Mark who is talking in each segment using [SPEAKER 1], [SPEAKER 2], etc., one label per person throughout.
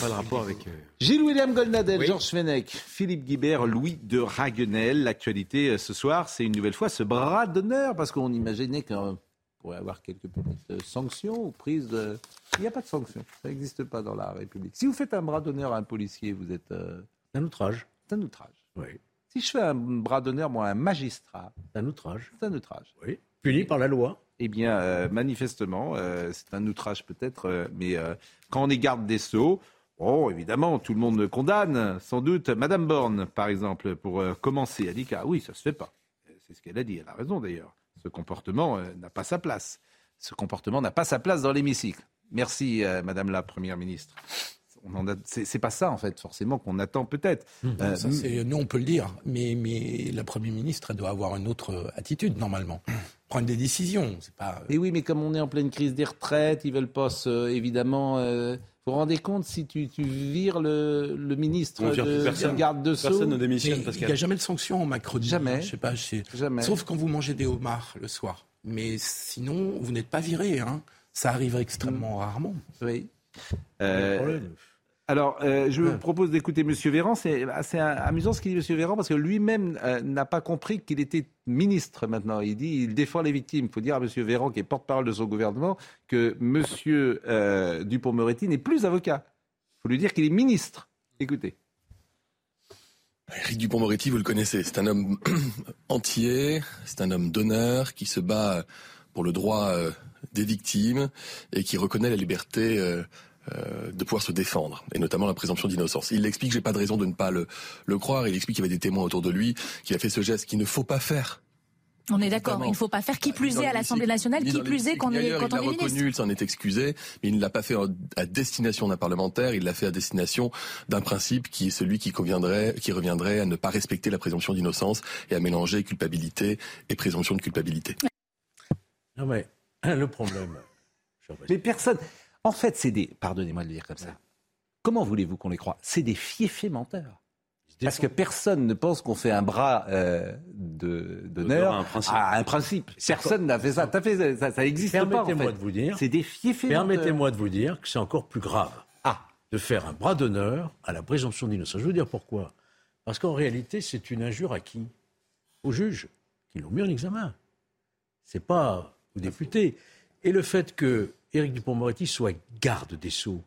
[SPEAKER 1] Pas le rapport avec. euh, Gilles William Goldnadel, Georges Fenech, Philippe Guibert, Louis de Raguenel. L'actualité euh, ce soir, c'est une nouvelle fois ce bras d'honneur, parce qu'on imaginait qu'on pourrait avoir quelques petites euh, sanctions ou prises de. Il n'y a pas de sanctions, ça n'existe pas dans la République. Si vous faites un bras d'honneur à un policier, vous êtes. euh,
[SPEAKER 2] C'est un outrage.
[SPEAKER 1] C'est un outrage.
[SPEAKER 2] Oui.
[SPEAKER 1] Si je fais un bras d'honneur, moi, à un magistrat,
[SPEAKER 2] C'est un outrage.
[SPEAKER 1] c'est un outrage.
[SPEAKER 2] Oui. Puni par la loi.
[SPEAKER 1] Eh bien, euh, manifestement, euh, c'est un outrage peut-être, euh, mais euh, quand on est garde des Sceaux, oh, évidemment, tout le monde le condamne, sans doute. Madame Borne, par exemple, pour euh, commencer, elle dit que, ah oui, ça se fait pas. Euh, C'est ce qu'elle a dit, elle a raison d'ailleurs. Ce comportement euh, n'a pas sa place. Ce comportement n'a pas sa place dans l'hémicycle. Merci, euh, Madame la Première ministre. On en a- C'est c'est pas ça, en fait, forcément, qu'on attend peut-être. Euh,
[SPEAKER 3] Mmh. Ça, c'est- nous, on peut le dire, mais, mais la Premier ministre elle doit avoir une autre euh, attitude, normalement. Prendre des décisions, c'est pas...
[SPEAKER 1] Et oui, mais comme on est en pleine crise des retraites, ils veulent pas se- évidemment. euh, vous vous rendez compte si tu, tu vires le, le ministre
[SPEAKER 4] On vire
[SPEAKER 5] Euh,
[SPEAKER 1] de,
[SPEAKER 4] plus personne.
[SPEAKER 1] du garde de Sceaux
[SPEAKER 4] Personne ne démissionne,
[SPEAKER 3] Mais il
[SPEAKER 4] Pascal.
[SPEAKER 3] n'y a jamais de sanction en Macronie.
[SPEAKER 1] Jamais.
[SPEAKER 3] Je sais pas, je sais-
[SPEAKER 1] Jamais.
[SPEAKER 3] Sauf quand vous mangez des homards le soir. Mais sinon, vous n'êtes pas viré. Hein. Ça arrive extrêmement
[SPEAKER 5] Mm.
[SPEAKER 3] rarement.
[SPEAKER 1] Oui.
[SPEAKER 2] Pas de
[SPEAKER 1] Euh,
[SPEAKER 2] problème.
[SPEAKER 1] alors, euh, je vous
[SPEAKER 3] Ouais.
[SPEAKER 1] propose d'écouter Monsieur Véran. C'est assez amusant ce qu'il dit, Monsieur Véran, parce que lui-même euh, n'a pas compris qu'il était ministre maintenant. Il dit, il défend les victimes. Il faut dire à Monsieur Véran, qui est porte-parole de son gouvernement, que Monsieur euh, Dupont-Moretti n'est plus avocat. Il faut lui dire qu'il est ministre. Écoutez.
[SPEAKER 6] Éric Dupont-Moretti, vous le connaissez, c'est un homme entier, c'est un homme d'honneur qui se bat euh, pour le droit euh, des victimes et qui reconnaît la liberté euh, euh, de pouvoir se défendre, et notamment la présomption d'innocence. Il explique, j'ai pas de raison de ne pas le, le croire, il explique qu'il y avait des témoins autour de lui, qu'il a fait ce geste qu'il ne faut pas faire.
[SPEAKER 7] On est d'accord, il ne faut pas faire qui plus
[SPEAKER 6] Ni Bah, dans
[SPEAKER 7] est à
[SPEAKER 6] l'hémicycle,
[SPEAKER 7] l'Assemblée nationale,
[SPEAKER 6] ni
[SPEAKER 7] qui
[SPEAKER 6] dans
[SPEAKER 7] plus est
[SPEAKER 6] l'hémicycle,
[SPEAKER 7] quand on
[SPEAKER 6] ni
[SPEAKER 7] est,
[SPEAKER 6] ailleurs.
[SPEAKER 7] quand
[SPEAKER 6] Il
[SPEAKER 7] on est
[SPEAKER 6] l'a
[SPEAKER 7] ministre.
[SPEAKER 6] reconnu, il s'en est excusé, mais il ne l'a pas fait à destination d'un parlementaire, il l'a fait à destination d'un principe qui est celui qui conviendrait, qui reviendrait à ne pas respecter la présomption d'innocence et à mélanger culpabilité et présomption de culpabilité.
[SPEAKER 2] Non, mais le problème. je sais pas.
[SPEAKER 1] Mais personne. En fait, c'est des. Pardonnez-moi de le dire comme ça. Comment voulez-vous qu'on les croit C'est des fiefés menteurs. Parce que personne ne pense qu'on fait un bras euh, de- d'honneur
[SPEAKER 4] à un principe.
[SPEAKER 1] à un principe. Personne n'a fait ça. T'as fait ça, ça n'existe pas. En
[SPEAKER 2] Permettez-moi
[SPEAKER 1] fait.
[SPEAKER 2] de vous dire.
[SPEAKER 1] C'est des fiefés menteurs.
[SPEAKER 2] Permettez-moi de vous dire que c'est encore plus grave
[SPEAKER 1] Ah.
[SPEAKER 2] de faire un bras d'honneur à la présomption d'innocence. Je veux dire pourquoi. Parce qu'en réalité, c'est une injure à qui Aux juges qui l'ont mis en examen. C'est pas aux députés. Et le fait que Éric Dupond-Moretti soit garde des Sceaux,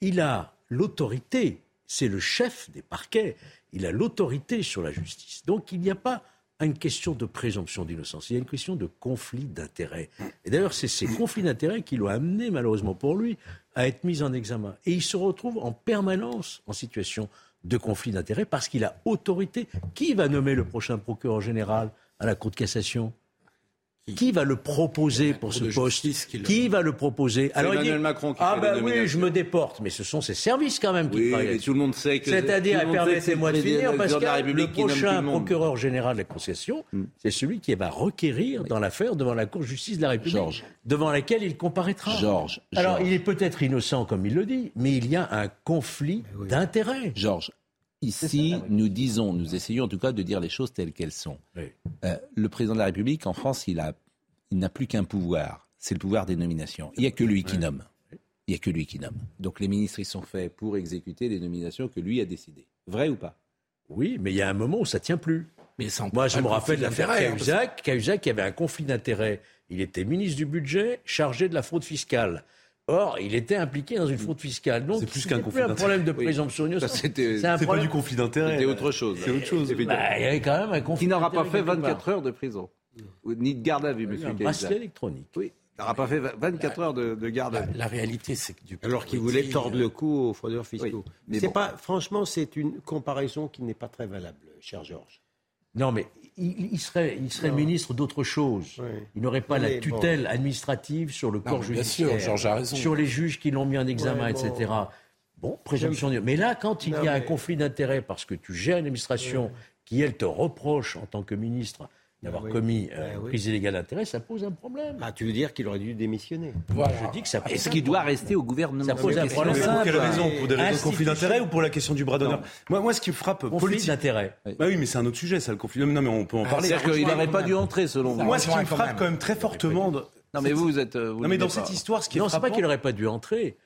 [SPEAKER 2] il a l'autorité, c'est le chef des parquets, il a l'autorité sur la justice. Donc il n'y a pas une question de présomption d'innocence, il y a une question de conflit d'intérêts. Et d'ailleurs, c'est ces conflits d'intérêts qui l'ont amené, malheureusement pour lui, à être mis en examen. Et il se retrouve en permanence en situation de conflit d'intérêts parce qu'il a autorité. Qui va nommer le prochain procureur général à la Cour de cassation qui va le proposer pour
[SPEAKER 3] Cour
[SPEAKER 2] ce
[SPEAKER 3] de
[SPEAKER 2] poste
[SPEAKER 3] justice qui le-
[SPEAKER 2] Qui va le proposer il
[SPEAKER 4] Emmanuel
[SPEAKER 2] dit,
[SPEAKER 4] Macron qui
[SPEAKER 2] Ah
[SPEAKER 4] fait
[SPEAKER 2] ben
[SPEAKER 4] les
[SPEAKER 2] oui, je
[SPEAKER 4] nominations.
[SPEAKER 2] me déporte, mais ce sont ses services quand même qui
[SPEAKER 4] Oui,
[SPEAKER 2] travaillent
[SPEAKER 4] mais
[SPEAKER 2] là-dessus.
[SPEAKER 4] tout le monde sait que.
[SPEAKER 2] C'est-à-dire,
[SPEAKER 4] tout le monde sait que c'est
[SPEAKER 2] permettez-moi de
[SPEAKER 4] le président
[SPEAKER 2] finir,
[SPEAKER 4] de la
[SPEAKER 2] parce que
[SPEAKER 4] République
[SPEAKER 2] le
[SPEAKER 4] qui nomme tout
[SPEAKER 2] prochain
[SPEAKER 4] monde. Mm.
[SPEAKER 2] procureur général de la concession, c'est celui qui va requérir dans l'affaire devant la Cour de justice de la République,
[SPEAKER 1] Georges.
[SPEAKER 2] devant laquelle il comparaîtra.
[SPEAKER 1] Georges,
[SPEAKER 2] Alors,
[SPEAKER 1] Georges.
[SPEAKER 2] il est peut-être innocent, comme il le dit, mais il y a un conflit d'intérêts.
[SPEAKER 1] Georges, ici, nous disons, nous essayons en tout cas de dire les choses telles qu'elles sont.
[SPEAKER 2] Oui.
[SPEAKER 1] Euh, le président de la République, en France, il a- il n'a plus qu'un pouvoir. C'est le pouvoir des nominations. Il n'y a que lui qui nomme. Il n'y a que lui qui nomme. Donc les ministres, ils sont faits pour exécuter les nominations que lui a décidées. Vrai ou pas
[SPEAKER 2] Oui, mais il y a un moment où ça tient plus.
[SPEAKER 3] Mais ça
[SPEAKER 2] Moi,
[SPEAKER 3] empêche
[SPEAKER 2] je
[SPEAKER 3] pas
[SPEAKER 2] me
[SPEAKER 3] le conflit
[SPEAKER 2] rappelle l'affaire
[SPEAKER 3] d'intérêts, hein, parce
[SPEAKER 2] Cahuzac. Cahuzac, il y avait un conflit d'intérêts. Il était ministre du budget, chargé de la fraude fiscale. Or, il était impliqué dans une fraude fiscale. Donc,
[SPEAKER 4] C'est plus
[SPEAKER 2] ce
[SPEAKER 4] qu'un
[SPEAKER 2] n'est
[SPEAKER 4] conflit
[SPEAKER 2] un problème de
[SPEAKER 4] d'intérêts.
[SPEAKER 2] présomption
[SPEAKER 4] Ça,
[SPEAKER 2] innocente.
[SPEAKER 4] Bah, c'était-
[SPEAKER 2] un
[SPEAKER 4] C'est pas
[SPEAKER 2] problème-
[SPEAKER 4] du conflit d'intérêt.
[SPEAKER 1] C'était autre chose.
[SPEAKER 4] C'est autre chose.
[SPEAKER 2] Bah, il y avait quand même un conflit.
[SPEAKER 1] Qui n'aura pas fait
[SPEAKER 2] d'intérêts quelque
[SPEAKER 1] 24 heures de prison. Ou Ni de garde à vue,
[SPEAKER 2] part.
[SPEAKER 1] monsieur
[SPEAKER 2] Un
[SPEAKER 1] Cahuzac.
[SPEAKER 2] bracelet électronique.
[SPEAKER 1] Oui, il n'aura pas fait 24 heures de, de garde à
[SPEAKER 3] La,
[SPEAKER 1] vue.
[SPEAKER 3] la réalité, c'est que du euh,
[SPEAKER 5] Alors qu'ils voulaient tordre le cou aux fraudeurs fiscaux.
[SPEAKER 1] Oui, mais
[SPEAKER 5] c'est
[SPEAKER 1] bon.
[SPEAKER 5] pas, franchement, c'est une comparaison qui n'est pas très valable, cher Georges.
[SPEAKER 2] Non, mais il, il serait, il serait ministre d'autre chose. Il n'aurait pas la
[SPEAKER 5] Mais bon.
[SPEAKER 2] tutelle administrative sur le corps
[SPEAKER 3] mais bien
[SPEAKER 2] judiciaire,
[SPEAKER 3] sûr, Georges a raison.
[SPEAKER 2] sur les juges qui l'ont mis en examen,
[SPEAKER 5] Ouais, bon.
[SPEAKER 2] etc. Bon, présomption de... Mais là, quand il
[SPEAKER 5] Non,
[SPEAKER 2] y a un
[SPEAKER 5] mais-
[SPEAKER 2] conflit d'intérêts parce que tu gères une administration qui, elle, te reproche en tant que ministre d'avoir
[SPEAKER 8] Ah
[SPEAKER 5] Ben oui.
[SPEAKER 2] commis euh,
[SPEAKER 5] Ben
[SPEAKER 2] une
[SPEAKER 5] oui.
[SPEAKER 2] prise illégale d'intérêt, ça pose un problème.
[SPEAKER 5] Ah, tu veux dire qu'il aurait dû démissionner
[SPEAKER 3] Voilà.
[SPEAKER 2] Je dis que ça pose
[SPEAKER 9] Est-ce qu'il doit rester au gouvernement
[SPEAKER 2] Ça pose un
[SPEAKER 9] Qu'est-ce
[SPEAKER 2] problème
[SPEAKER 9] que-
[SPEAKER 8] Mais pour
[SPEAKER 2] simple.
[SPEAKER 8] quelle raison Pour des raisons de conflit
[SPEAKER 2] Institution.
[SPEAKER 8] d'intérêt ou pour la question du bras d'honneur moi, moi, ce qui me frappe
[SPEAKER 2] conflit
[SPEAKER 8] politique.
[SPEAKER 2] d'intérêts.
[SPEAKER 8] Bah oui, mais c'est un autre sujet, ça, le conflit. Non, mais, non, mais on peut en parler.
[SPEAKER 9] Ah, C'est-à-dire qu'il n'aurait pas dû entrer, selon vous.
[SPEAKER 8] moi, ce qui me
[SPEAKER 3] rejoint quand
[SPEAKER 8] frappe
[SPEAKER 3] même.
[SPEAKER 8] quand même très fortement. de-
[SPEAKER 9] Non, mais vous, vous êtes. euh, vous
[SPEAKER 8] Non, mais dans
[SPEAKER 9] l'aimez pas.
[SPEAKER 8] cette histoire, ce qui est
[SPEAKER 2] Non, c'est pas
[SPEAKER 8] frappant-
[SPEAKER 2] qu'il n'aurait pas dû entrer.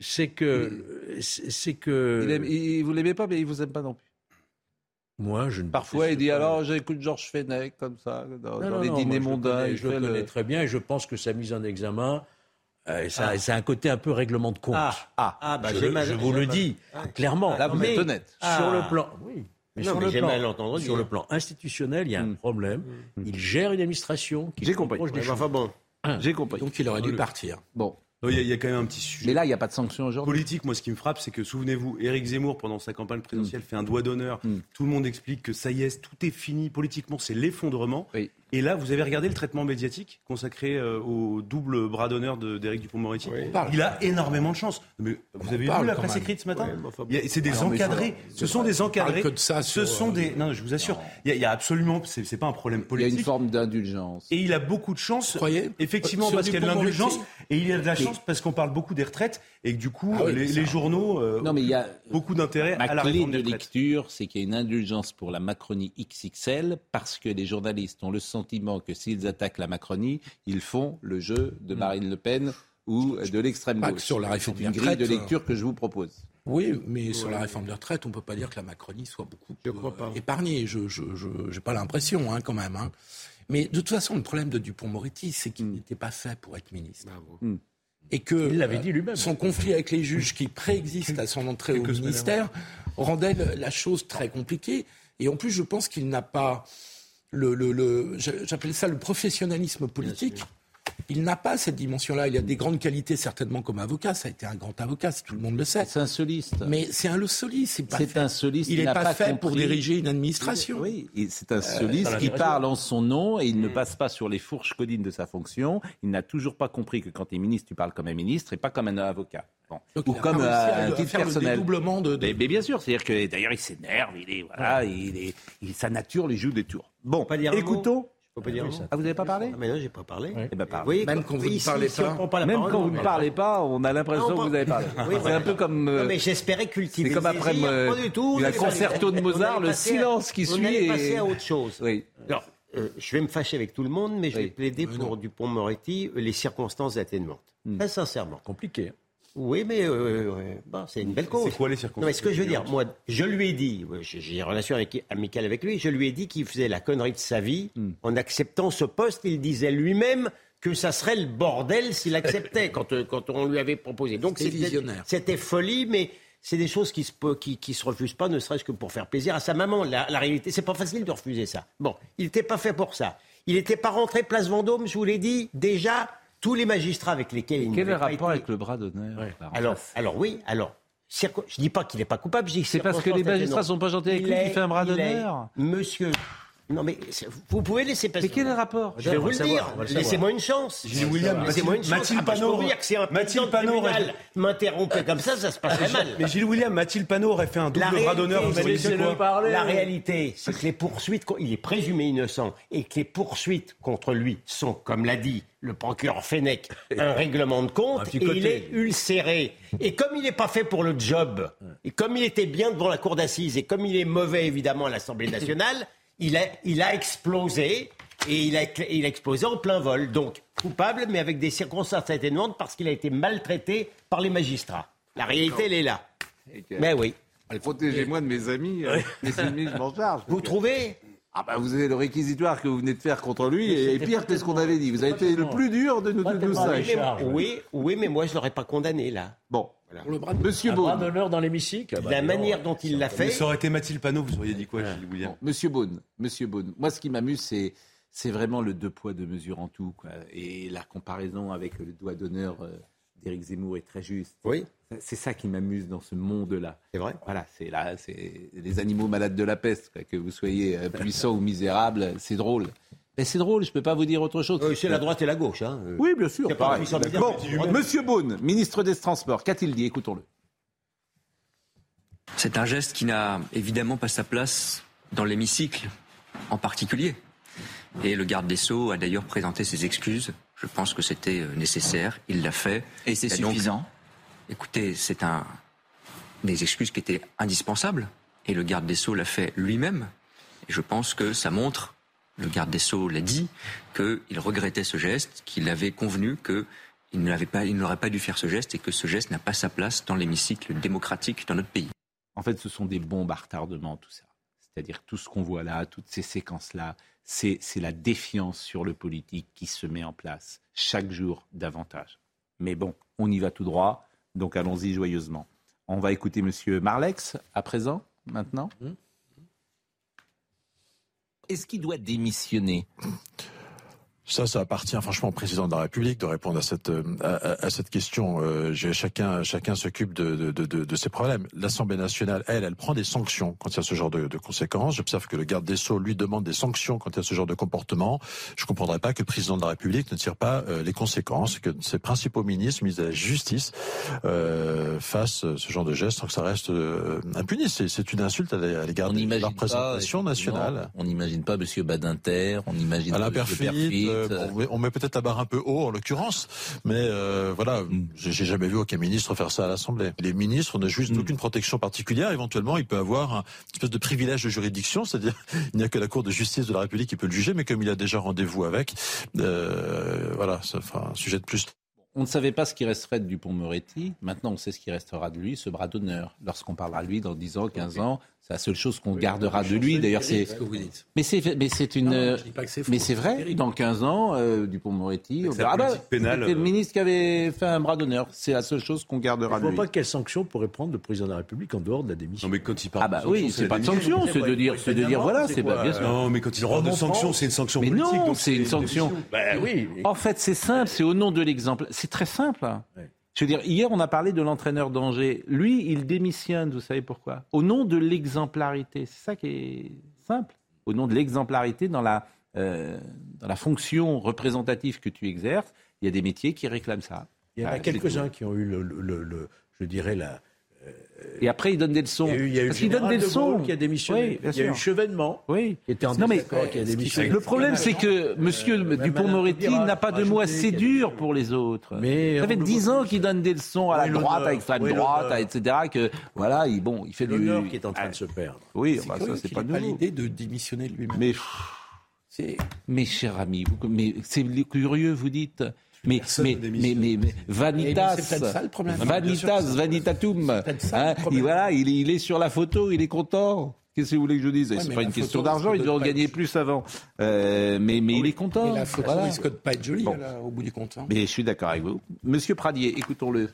[SPEAKER 2] C'est que. C'est c'est que.
[SPEAKER 9] Il aime- il- vous l'aimez pas, mais il vous aime pas non plus.
[SPEAKER 2] Moi, je ne.
[SPEAKER 9] Parfois, il dit alors, j'écoute Georges Fenech, comme ça, dans,
[SPEAKER 2] Non,
[SPEAKER 9] dans
[SPEAKER 2] non,
[SPEAKER 9] les
[SPEAKER 2] non,
[SPEAKER 9] dîners
[SPEAKER 2] moi, je le
[SPEAKER 9] mondains.
[SPEAKER 2] connais,
[SPEAKER 9] il
[SPEAKER 2] Je le
[SPEAKER 9] fait le-
[SPEAKER 2] connais très bien et je pense que sa mise en examen, euh, ça, ça a un côté un peu règlement de compte.
[SPEAKER 9] Ah,
[SPEAKER 5] Ah, bah,
[SPEAKER 2] je,
[SPEAKER 5] j'ai mal-
[SPEAKER 2] je vous
[SPEAKER 5] j'ai
[SPEAKER 2] le
[SPEAKER 5] mal-
[SPEAKER 2] dis
[SPEAKER 5] Ah.
[SPEAKER 2] clairement.
[SPEAKER 9] là, vous
[SPEAKER 2] Mais
[SPEAKER 9] êtes honnête.
[SPEAKER 5] Ah.
[SPEAKER 2] Sur le plan, oui. Mais
[SPEAKER 5] Non,
[SPEAKER 2] sur,
[SPEAKER 5] mais
[SPEAKER 2] le
[SPEAKER 5] j'ai mal
[SPEAKER 2] plan,
[SPEAKER 5] entendu. hein. Hmm.
[SPEAKER 2] sur le plan institutionnel, il y a un problème. Il gère une administration qui
[SPEAKER 9] J'ai
[SPEAKER 2] se
[SPEAKER 9] compris.
[SPEAKER 2] reproche des
[SPEAKER 5] Ouais, bah,
[SPEAKER 2] choses.
[SPEAKER 5] Enfin bon,
[SPEAKER 9] J'ai compris.
[SPEAKER 3] Ah.
[SPEAKER 9] Euh,
[SPEAKER 3] Donc il aurait dû partir.
[SPEAKER 9] bon.
[SPEAKER 8] Non, Il y, a- il y a quand même un petit sujet.
[SPEAKER 9] Mais là, il n'y a pas de sanction aujourd'hui.
[SPEAKER 8] politique, moi, ce qui me frappe, c'est que, souvenez-vous, Éric Zemmour, pendant sa campagne présidentielle, fait un doigt d'honneur.
[SPEAKER 9] Mm.
[SPEAKER 8] Tout le monde explique que ça y est, tout est fini politiquement, c'est l'effondrement.
[SPEAKER 9] Oui.
[SPEAKER 8] Et là, vous avez regardé le traitement médiatique consacré euh, au double bras d'honneur de- d'Éric Dupond-Moretti.
[SPEAKER 5] Oui.
[SPEAKER 3] parle.
[SPEAKER 8] Il a énormément de chance. Mais vous avez
[SPEAKER 3] parle
[SPEAKER 8] vu la
[SPEAKER 3] quand
[SPEAKER 8] presse
[SPEAKER 3] même.
[SPEAKER 8] écrite ce matin
[SPEAKER 5] Ouais, mais enfin bon.
[SPEAKER 8] Il y a- C'est des
[SPEAKER 9] non, mais je-
[SPEAKER 8] encadrés. Ce sont des encadrés.
[SPEAKER 3] que de ça
[SPEAKER 8] ce
[SPEAKER 3] sur,
[SPEAKER 8] sont
[SPEAKER 3] euh,
[SPEAKER 8] des. Non, je vous assure. Il y a- il y, a absolument. C'est c'est pas un problème
[SPEAKER 9] Il y a
[SPEAKER 8] politique.
[SPEAKER 9] une forme d'indulgence.
[SPEAKER 8] Et il a beaucoup de chance.
[SPEAKER 3] croyez
[SPEAKER 8] Effectivement,
[SPEAKER 3] Sur
[SPEAKER 8] parce
[SPEAKER 3] du
[SPEAKER 8] qu'il y a de
[SPEAKER 3] bon
[SPEAKER 8] l'indulgence.
[SPEAKER 3] politique
[SPEAKER 8] Et il y a de la chance parce qu'on parle beaucoup des retraites et que du coup,
[SPEAKER 3] Ah oui,
[SPEAKER 8] les,
[SPEAKER 3] mais ça-
[SPEAKER 8] les journaux euh,
[SPEAKER 1] Non, mais il y a.
[SPEAKER 8] beaucoup d'intérêt à
[SPEAKER 1] Ma
[SPEAKER 8] la
[SPEAKER 1] clé
[SPEAKER 8] réforme
[SPEAKER 1] de
[SPEAKER 8] des retraites.
[SPEAKER 1] lecture, c'est qu'il y a une indulgence pour la Macronie XXL parce que les journalistes ont le sentiment que s'ils attaquent la Macronie, ils font le jeu de
[SPEAKER 9] Hmm.
[SPEAKER 1] Marine Le Pen ou de l'extrême
[SPEAKER 3] pas
[SPEAKER 1] gauche.
[SPEAKER 3] que sur la réforme
[SPEAKER 1] C'est une
[SPEAKER 3] des
[SPEAKER 1] grille de
[SPEAKER 3] retraites,
[SPEAKER 9] euh,
[SPEAKER 1] lecture que je vous propose.
[SPEAKER 3] Oui, mais sur la réforme des retraites, on ne peut pas dire que la Macronie soit beaucoup euh,
[SPEAKER 5] Je crois pas.
[SPEAKER 3] épargnée. Je n'ai pas l'impression, hein, quand même. hein. Mais de toute façon, le problème de Dupont-Moretti, c'est
[SPEAKER 5] Mm.
[SPEAKER 3] qu'il n'était pas fait pour être ministre.
[SPEAKER 1] Hmm.
[SPEAKER 3] Et que
[SPEAKER 2] Il l'avait dit lui-même.
[SPEAKER 3] son conflit avec les juges qui préexiste à son entrée au ministère rendait le- la chose très compliquée. Et en plus, je pense qu'il n'a pas le, le- le- j'a- j'appelle ça le professionnalisme politique. Il n'a pas cette dimension-là. Il a des grandes qualités certainement comme avocat. Ça a été un grand avocat, si tout le monde le sait.
[SPEAKER 1] C'est un soliste.
[SPEAKER 3] Mais c'est un le soliste. C'est pas
[SPEAKER 1] C'est
[SPEAKER 3] fait.
[SPEAKER 1] un soliste.
[SPEAKER 3] Il
[SPEAKER 1] qui
[SPEAKER 3] n'est
[SPEAKER 1] n'a
[SPEAKER 3] pas, fait pour
[SPEAKER 1] compris-
[SPEAKER 3] diriger une administration.
[SPEAKER 1] Oui, et c'est un soliste qui parle en son nom et il ne passe pas sur les fourches codines de sa fonction. Il n'a toujours pas compris que quand tu es ministre, tu parles comme un ministre et pas comme un avocat. Bon.
[SPEAKER 3] Donc,
[SPEAKER 1] Ou
[SPEAKER 3] il a
[SPEAKER 1] comme
[SPEAKER 3] pas
[SPEAKER 1] euh,
[SPEAKER 3] réussi à
[SPEAKER 1] un
[SPEAKER 3] le- à
[SPEAKER 1] titre
[SPEAKER 3] faire le
[SPEAKER 1] personnel.
[SPEAKER 3] dédoublement de- de-
[SPEAKER 1] Mais, mais bien sûr, c'est-à-dire que d'ailleurs il s'énerve, il est voilà, il est, il- sa nature lui joue des tours. Bon,
[SPEAKER 5] Pas dire un
[SPEAKER 1] écoutons.
[SPEAKER 5] je peux pas dire non.
[SPEAKER 1] Ah, vous n'avez pas parlé
[SPEAKER 5] Ah, mais non, j'ai pas parlé.
[SPEAKER 1] Eh ben, parle.
[SPEAKER 5] voyez,
[SPEAKER 3] Même quand vous ne parlez
[SPEAKER 5] si on
[SPEAKER 3] pas.
[SPEAKER 5] prend la
[SPEAKER 1] Même
[SPEAKER 5] parole,
[SPEAKER 1] quand
[SPEAKER 5] non,
[SPEAKER 1] vous ne
[SPEAKER 5] mais-
[SPEAKER 1] parlez pas, on a l'impression
[SPEAKER 5] Non,
[SPEAKER 1] que
[SPEAKER 5] pas-
[SPEAKER 1] vous avez parlé.
[SPEAKER 5] Oui,
[SPEAKER 1] c'est
[SPEAKER 5] voilà.
[SPEAKER 1] un peu comme euh,
[SPEAKER 5] Non, mais j'espérais cultiver
[SPEAKER 1] c'est comme
[SPEAKER 5] le
[SPEAKER 1] après euh,
[SPEAKER 5] désir,
[SPEAKER 1] me-
[SPEAKER 5] pas du tout, on
[SPEAKER 1] le
[SPEAKER 5] allait
[SPEAKER 1] concerto de
[SPEAKER 5] passer-
[SPEAKER 1] Mozart,
[SPEAKER 5] on allait
[SPEAKER 1] le
[SPEAKER 5] passer à-
[SPEAKER 1] silence qui
[SPEAKER 5] on
[SPEAKER 1] suit
[SPEAKER 5] allait
[SPEAKER 1] et-
[SPEAKER 5] passer à autre chose.
[SPEAKER 1] oui.
[SPEAKER 5] Alors, euh, je vais me fâcher avec tout le monde, mais je vais plaider pour Dupont-Moretti euh, les circonstances atténuantes. Très sincèrement.
[SPEAKER 2] Compliqué.
[SPEAKER 5] Oui, mais euh, ouais, bon, c'est une belle cause.
[SPEAKER 8] C'est quoi les
[SPEAKER 5] Non, mais ce que je veux dire,
[SPEAKER 8] circonstances
[SPEAKER 5] moi, je lui ai dit, ouais, j'ai j'ai une relation avec- amicale avec lui, je lui ai dit qu'il faisait la connerie de sa vie en acceptant ce poste. Il disait lui-même que ça serait le bordel s'il acceptait quand, euh, quand on lui avait proposé. Donc
[SPEAKER 3] C'était
[SPEAKER 5] c'était-
[SPEAKER 3] visionnaire.
[SPEAKER 5] c'était folie, mais c'est des choses qui se, po- qui, qui se refusent pas, ne serait-ce que pour faire plaisir à sa maman. La, la réalité, c'est pas facile de refuser ça. Bon, il n'était pas fait pour ça. Il n'était pas rentré place Vendôme, je vous l'ai dit, déjà, tous les magistrats avec lesquels il
[SPEAKER 1] Quel est
[SPEAKER 5] n'avait
[SPEAKER 1] le
[SPEAKER 5] pas
[SPEAKER 1] rapport
[SPEAKER 5] été-
[SPEAKER 1] avec le bras d'honneur Clarence
[SPEAKER 5] alors, alors oui, alors. circo- Je dis pas qu'il n'est pas coupable, je dis que
[SPEAKER 1] C'est parce que les
[SPEAKER 5] circonstances
[SPEAKER 1] magistrats
[SPEAKER 5] atténuantes.
[SPEAKER 1] sont pas gentils avec
[SPEAKER 5] Il
[SPEAKER 1] lui qu'il
[SPEAKER 5] est-
[SPEAKER 1] fait un bras
[SPEAKER 5] il est-
[SPEAKER 1] d'honneur.
[SPEAKER 5] Monsieur. Non, mais c'est- vous pouvez laisser passer.
[SPEAKER 1] Mais quel est le rapport
[SPEAKER 5] Je vais
[SPEAKER 2] On va
[SPEAKER 5] vous
[SPEAKER 2] le
[SPEAKER 5] le
[SPEAKER 2] savoir,
[SPEAKER 5] dire.
[SPEAKER 2] on va le savoir.
[SPEAKER 5] Laissez-moi une chance.
[SPEAKER 8] Gilles William,
[SPEAKER 5] laissez-moi une
[SPEAKER 8] Mathilde-
[SPEAKER 5] chance.
[SPEAKER 8] Mathilde
[SPEAKER 5] Ah, bah, je peux
[SPEAKER 8] Panot-
[SPEAKER 5] vous dire que c'est un
[SPEAKER 8] Mathilde
[SPEAKER 5] président de
[SPEAKER 8] Panot-
[SPEAKER 5] tribunal m'interrompait comme ça, ça se
[SPEAKER 2] Ah,
[SPEAKER 5] passerait mal.
[SPEAKER 8] Mais Gilles William, Mathilde Panot aurait fait un double bras d'honneur. vous savez
[SPEAKER 5] c'est
[SPEAKER 8] c'est quoi
[SPEAKER 5] que- la réalité, c'est que les poursuites, co- il est présumé innocent, et que les poursuites contre lui sont, comme l'a dit le procureur Fenech, un règlement de
[SPEAKER 2] Un
[SPEAKER 5] compte,
[SPEAKER 2] petit
[SPEAKER 5] et il
[SPEAKER 2] côté.
[SPEAKER 5] est ulcéré. Et comme il n'est pas fait pour le job, et comme il était bien devant la cour d'assises, et comme il est mauvais évidemment à l'Assemblée nationale, il a, il a explosé, et il a, il a explosé en plein vol. Donc, coupable, mais avec des circonstances atténuantes, parce qu'il a été maltraité par les magistrats. La réalité, elle est là. Mais oui.
[SPEAKER 9] Protégez-moi de mes amis, euh, mes ennemis, je m'en charge.
[SPEAKER 5] Vous trouvez
[SPEAKER 9] Ah bah vous avez le réquisitoire que vous venez de faire contre lui et, pire que ce qu'on avait dit. Vous avez été le plus dur de nous, de nous
[SPEAKER 2] tellement
[SPEAKER 9] cinq.
[SPEAKER 2] méchant. charge.
[SPEAKER 5] Oui, oui, mais moi je l'aurais pas condamné là.
[SPEAKER 9] Bon,
[SPEAKER 3] Pour le bras de-
[SPEAKER 9] Monsieur
[SPEAKER 2] Un bras
[SPEAKER 9] Beaune.
[SPEAKER 2] d'honneur dans l'hémicycle. Ah bah,
[SPEAKER 5] la
[SPEAKER 2] non.
[SPEAKER 5] manière dont il l'a
[SPEAKER 8] Mais
[SPEAKER 5] fait.
[SPEAKER 8] ça aurait été Mathilde Panot, vous auriez dit quoi, Gilles William
[SPEAKER 1] Bon, Monsieur Beaune, Monsieur Beaune, moi ce qui m'amuse, c'est c'est vraiment le deux poids deux mesures en tout, quoi. et la comparaison avec le doigt d'honneur euh, d'Éric Zemmour est très juste.
[SPEAKER 5] Oui.
[SPEAKER 1] C'est ça qui m'amuse dans ce monde-là.
[SPEAKER 5] C'est vrai.
[SPEAKER 1] Voilà, c'est là, c'est les animaux malades de la peste, quoi. que vous soyez euh, puissant ou misérable, c'est drôle. Mais c'est drôle, je ne peux pas vous dire autre chose.
[SPEAKER 5] Euh, c'est la droite et la gauche. Hein. euh.
[SPEAKER 1] Oui, bien sûr.
[SPEAKER 5] C'est pas
[SPEAKER 1] pareil.
[SPEAKER 5] puissant, misérable,
[SPEAKER 1] Bon,
[SPEAKER 5] c'est humain.
[SPEAKER 1] Monsieur Beaune, ministre des Transports, qu'a-t-il dit Écoutons-le.
[SPEAKER 10] C'est un geste qui n'a évidemment pas sa place dans l'hémicycle en particulier. Et le garde des Sceaux a d'ailleurs présenté ses excuses. Je pense que c'était euh, nécessaire. Il l'a fait.
[SPEAKER 11] Et c'est
[SPEAKER 10] Il a donc-
[SPEAKER 11] suffisant.
[SPEAKER 10] Écoutez, c'est un des excuses qui étaient indispensables. Et le garde des Sceaux l'a fait lui-même. Et je pense que ça montre, le garde des Sceaux l'a dit, qu'il regrettait ce geste, qu'il avait convenu que il ne l'avait pas, il n'aurait pas dû faire ce geste et que ce geste n'a pas sa place dans l'hémicycle démocratique dans notre pays.
[SPEAKER 1] En fait, ce sont des bombes à retardement, tout ça. C'est-à-dire tout ce qu'on voit là, toutes ces séquences-là, c'est c'est la défiance sur le politique qui se met en place chaque jour davantage. Mais bon, on y va tout droit, donc allons-y joyeusement. On va écouter Monsieur Marlex à présent, maintenant.
[SPEAKER 11] Est-ce qu'il doit démissionner
[SPEAKER 12] Ça, ça appartient franchement au président de la République de répondre à cette euh, à, à- à cette question. Euh, j'ai- chacun chacun s'occupe de, de, de- de- de ses problèmes. L'Assemblée nationale, elle, elle prend des sanctions quand il y a ce genre de, de conséquences. J'observe que le garde des sceaux lui demande des sanctions quand il y a ce genre de comportement. Je comprendrais pas que le président de la République ne tire pas euh, les conséquences, que ses principaux ministres, ministres de la Justice, euh, fassent ce genre de geste sans que ça reste euh, impuni. C'est c'est une insulte à la- à l'égard de la représentation nationale.
[SPEAKER 11] On n'imagine pas M. Badinter, on n'imagine
[SPEAKER 12] Alain
[SPEAKER 11] pas M.
[SPEAKER 12] Perfit, euh, bon, oui, on met peut-être la barre un peu haut en l'occurrence, mais euh, voilà, j'ai j'ai jamais vu aucun ministre faire ça à l'Assemblée. Les ministres ne
[SPEAKER 11] Mm.
[SPEAKER 12] jouissent d'aucune protection particulière. Éventuellement, il peut avoir un espèce de privilège de juridiction, c'est-à-dire il n'y a que la Cour de justice de la République qui peut le juger, mais comme il a déjà rendez-vous avec, euh, voilà, ça fera un sujet de plus.
[SPEAKER 1] On ne savait pas ce qui resterait de Dupont-Moretti. Maintenant, on sait ce qui restera de lui, ce bras d'honneur. Lorsqu'on parlera de lui dans 10 ans, 15 ans, c'est la seule chose qu'on gardera de lui. D'ailleurs, c'est.
[SPEAKER 3] ce que vous dites.
[SPEAKER 1] Mais c'est mais c'est une.
[SPEAKER 3] Non, je dis pas que c'est faux,
[SPEAKER 1] mais c'est vrai, dans 15 ans, euh, Dupont-Moretti.
[SPEAKER 2] Avec
[SPEAKER 1] on
[SPEAKER 2] sa
[SPEAKER 1] dira, Ah bah,
[SPEAKER 2] politique pénale,
[SPEAKER 1] c'était le
[SPEAKER 2] euh,
[SPEAKER 1] ministre qui avait fait un bras d'honneur. C'est la seule chose qu'on
[SPEAKER 2] Je ne
[SPEAKER 1] gardera de
[SPEAKER 2] vois
[SPEAKER 1] lui.
[SPEAKER 2] pas quelle sanction pourrait prendre le président de la République en dehors de la démission.
[SPEAKER 8] Non, mais quand il parle
[SPEAKER 1] Ah bah oui, c'est pas de sanction, c'est de dire, c'est de dire voilà, c'est pas bien sûr.
[SPEAKER 8] Non, mais quand il parle de sanction, c'est une sanction
[SPEAKER 1] Mais
[SPEAKER 8] politique.
[SPEAKER 1] non,
[SPEAKER 8] donc
[SPEAKER 1] c'est une sanction. Oh.
[SPEAKER 8] démission.
[SPEAKER 2] Bah
[SPEAKER 1] En fait, c'est simple, c'est au nom de l'exemple. C'est très simple. Je veux dire, hier, on a parlé de l'entraîneur d'Angers. Lui, il démissionne, vous savez pourquoi Au nom de l'exemplarité. C'est ça qui est simple. Au nom de l'exemplarité dans la, euh, dans la fonction représentative que tu exerces, il y a des métiers qui réclament ça.
[SPEAKER 2] Il y en
[SPEAKER 1] Ah,
[SPEAKER 2] a
[SPEAKER 1] c'est
[SPEAKER 2] quelques-uns
[SPEAKER 1] tout.
[SPEAKER 2] qui ont eu, le, le- le- le- je dirais, la. euh,
[SPEAKER 1] Et après, ils donnent des leçons.
[SPEAKER 2] Il y a eu, il y a eu
[SPEAKER 1] Parce qu'ils
[SPEAKER 2] Général
[SPEAKER 1] donnent des
[SPEAKER 2] de Gaulle
[SPEAKER 1] leçons.
[SPEAKER 2] qui a démissionné.
[SPEAKER 1] Oui, bien
[SPEAKER 2] il y a eu
[SPEAKER 1] sûr.
[SPEAKER 2] Chevènement
[SPEAKER 1] Oui.
[SPEAKER 2] qui était en
[SPEAKER 1] Non, mais,
[SPEAKER 2] désaccord et qui a démissionné.
[SPEAKER 1] Le problème, c'est que M.
[SPEAKER 2] euh, Madame
[SPEAKER 1] Dupont-Moretti
[SPEAKER 2] Taubira,
[SPEAKER 1] n'a pas de
[SPEAKER 2] rajoutez
[SPEAKER 1] mots
[SPEAKER 2] qu'il y
[SPEAKER 1] assez
[SPEAKER 2] a des
[SPEAKER 1] durs pour les autres.
[SPEAKER 2] Mais
[SPEAKER 1] ça fait
[SPEAKER 2] on le
[SPEAKER 1] 10 ans qu'il donne des leçons à la
[SPEAKER 2] Oui,
[SPEAKER 1] droite,
[SPEAKER 2] l'honneur.
[SPEAKER 1] à l'extrême
[SPEAKER 2] Oui,
[SPEAKER 1] droite,
[SPEAKER 2] l'honneur.
[SPEAKER 1] etc. Que, voilà, il, bon, il fait du...
[SPEAKER 2] L'honneur qui est en train de se perdre.
[SPEAKER 1] Oui,
[SPEAKER 3] C'est
[SPEAKER 1] bah,
[SPEAKER 3] curieux
[SPEAKER 1] ça, c'est
[SPEAKER 3] qu'il
[SPEAKER 1] pas
[SPEAKER 3] ait pas
[SPEAKER 1] nouveau.
[SPEAKER 3] l'idée de démissionner lui-même.
[SPEAKER 1] Mais,
[SPEAKER 3] C'est-
[SPEAKER 1] mais cher ami, vous- mais c'est curieux, vous dites... Mais, mais, mais, mais, mais- vanitas,
[SPEAKER 3] Mais c'est peut-être ça, le problème. Non, mais bien sûr
[SPEAKER 1] vanitas, vanitatum. Hein, il, voilà, il, est- il est sur la photo, il est content. Qu'est-ce que vous voulez que je vous dise
[SPEAKER 3] Ouais,
[SPEAKER 1] C'est
[SPEAKER 3] mais
[SPEAKER 1] pas
[SPEAKER 3] la
[SPEAKER 1] une
[SPEAKER 3] photo,
[SPEAKER 1] question
[SPEAKER 3] elle se
[SPEAKER 1] d'argent, il
[SPEAKER 3] code
[SPEAKER 1] doit en
[SPEAKER 3] pas
[SPEAKER 1] gagner plus avant. Euh, mais mais il est content.
[SPEAKER 3] Et la photo
[SPEAKER 1] voilà.
[SPEAKER 3] risque de pas être jolie
[SPEAKER 1] Bon.
[SPEAKER 3] là, au bout du compte. hein.
[SPEAKER 1] Mais je suis d'accord avec vous. Monsieur Pradier, écoutons-le.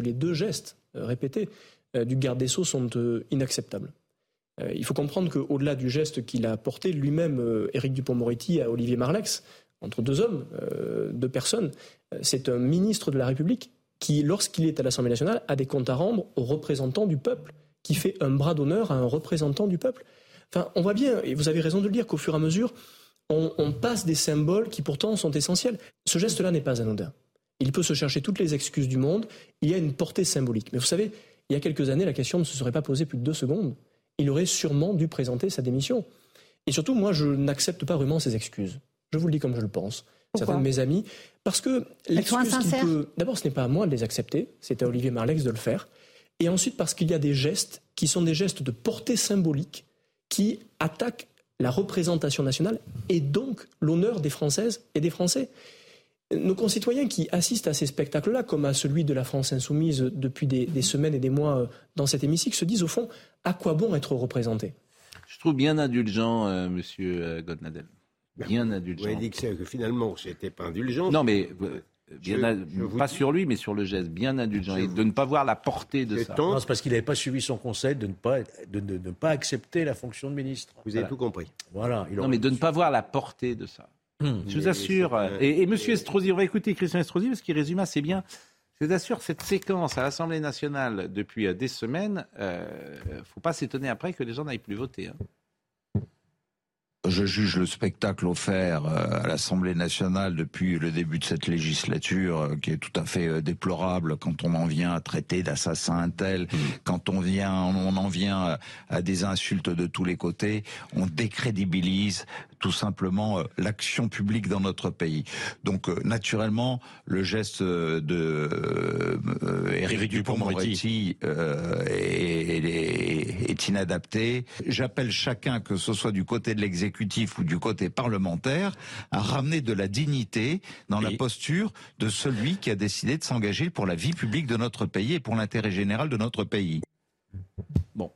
[SPEAKER 13] les deux gestes euh, répétés euh, du garde des Sceaux sont euh, inacceptables. Euh, il faut comprendre qu'au-delà du geste qu'il a porté lui-même, euh, Éric Dupont-Moretti à Olivier Marlex, entre deux hommes, euh, deux personnes, euh, c'est un ministre de la République qui, lorsqu'il est à l'Assemblée nationale, a des comptes à rendre aux représentants du peuple, qui fait un bras d'honneur à un représentant du peuple. Enfin, on voit bien, et vous avez raison de le dire, qu'au fur et à mesure, on, on passe des symboles qui pourtant sont essentiels. Ce geste-là n'est pas anodin. Il peut se chercher toutes les excuses du monde, il y a une portée symbolique. Mais vous savez, il y a quelques années, la question ne se serait pas posée plus de deux secondes. Il aurait sûrement dû présenter sa démission. Et surtout, moi, je n'accepte pas vraiment ses excuses. Je vous le dis comme je le pense. Certains de mes amis, parce que
[SPEAKER 14] sont
[SPEAKER 13] l'excuse qu'il
[SPEAKER 14] insincères.
[SPEAKER 13] peut... D'abord, ce n'est pas à moi de les accepter, c'est à Olivier Marlex de le faire. Et ensuite, parce qu'il y a des gestes qui sont des gestes de portée symbolique qui attaquent la représentation nationale et donc l'honneur des Françaises et des Français. Nos concitoyens qui assistent à ces spectacles-là, comme à celui de la France insoumise depuis des, des semaines et des mois euh, dans cet hémicycle, se disent au fond, à quoi bon être représenté
[SPEAKER 1] Je trouve bien indulgent, euh, monsieur euh, Goldnadel. Bien
[SPEAKER 5] Ben, Vous
[SPEAKER 1] indulgent.
[SPEAKER 5] avez dit que, c'est- que finalement, c'était pas indulgent.
[SPEAKER 1] Non, mais euh, bien
[SPEAKER 5] Je-
[SPEAKER 1] in-
[SPEAKER 5] je vous
[SPEAKER 1] pas
[SPEAKER 5] dis-
[SPEAKER 1] sur lui, mais sur le geste. Bien indulgent. Et de ne pas voir la portée de
[SPEAKER 5] Je
[SPEAKER 1] ça.
[SPEAKER 5] tente-
[SPEAKER 2] Non, c'est parce qu'il n'avait pas suivi son conseil de ne pas, de, de- de ne pas accepter la fonction de ministre.
[SPEAKER 5] Vous avez
[SPEAKER 2] Voilà.
[SPEAKER 5] tout compris.
[SPEAKER 2] Voilà. il
[SPEAKER 1] Non,
[SPEAKER 2] aurait-
[SPEAKER 1] mais de ne pas voir la portée de ça. Hum, je vous assure. Et, et Monsieur Estrosi, on va écouter Christian Estrosi parce qu'il résume assez bien. Je vous assure, cette séquence à l'Assemblée nationale depuis euh, des semaines, euh, faut pas s'étonner après que les gens n'aillent plus voter. hein.
[SPEAKER 15] Je juge le spectacle offert euh, à l'Assemblée nationale depuis le début de cette législature euh, qui est tout à fait euh, déplorable quand on en vient à traiter d'assassin un tel, quand on vient, on en vient à- à des insultes de tous les côtés, on décrédibilise tout simplement euh, l'action publique dans notre pays. Donc euh, naturellement, le geste euh, de euh, euh, Éric Dupond-Moretti euh, est, est- est inadapté. J'appelle chacun, que ce soit du côté de l'exécutif ou du côté parlementaire, à ramener de la dignité dans la posture de celui qui a décidé de s'engager pour la vie publique de notre pays et pour l'intérêt général de notre pays.
[SPEAKER 1] Bon,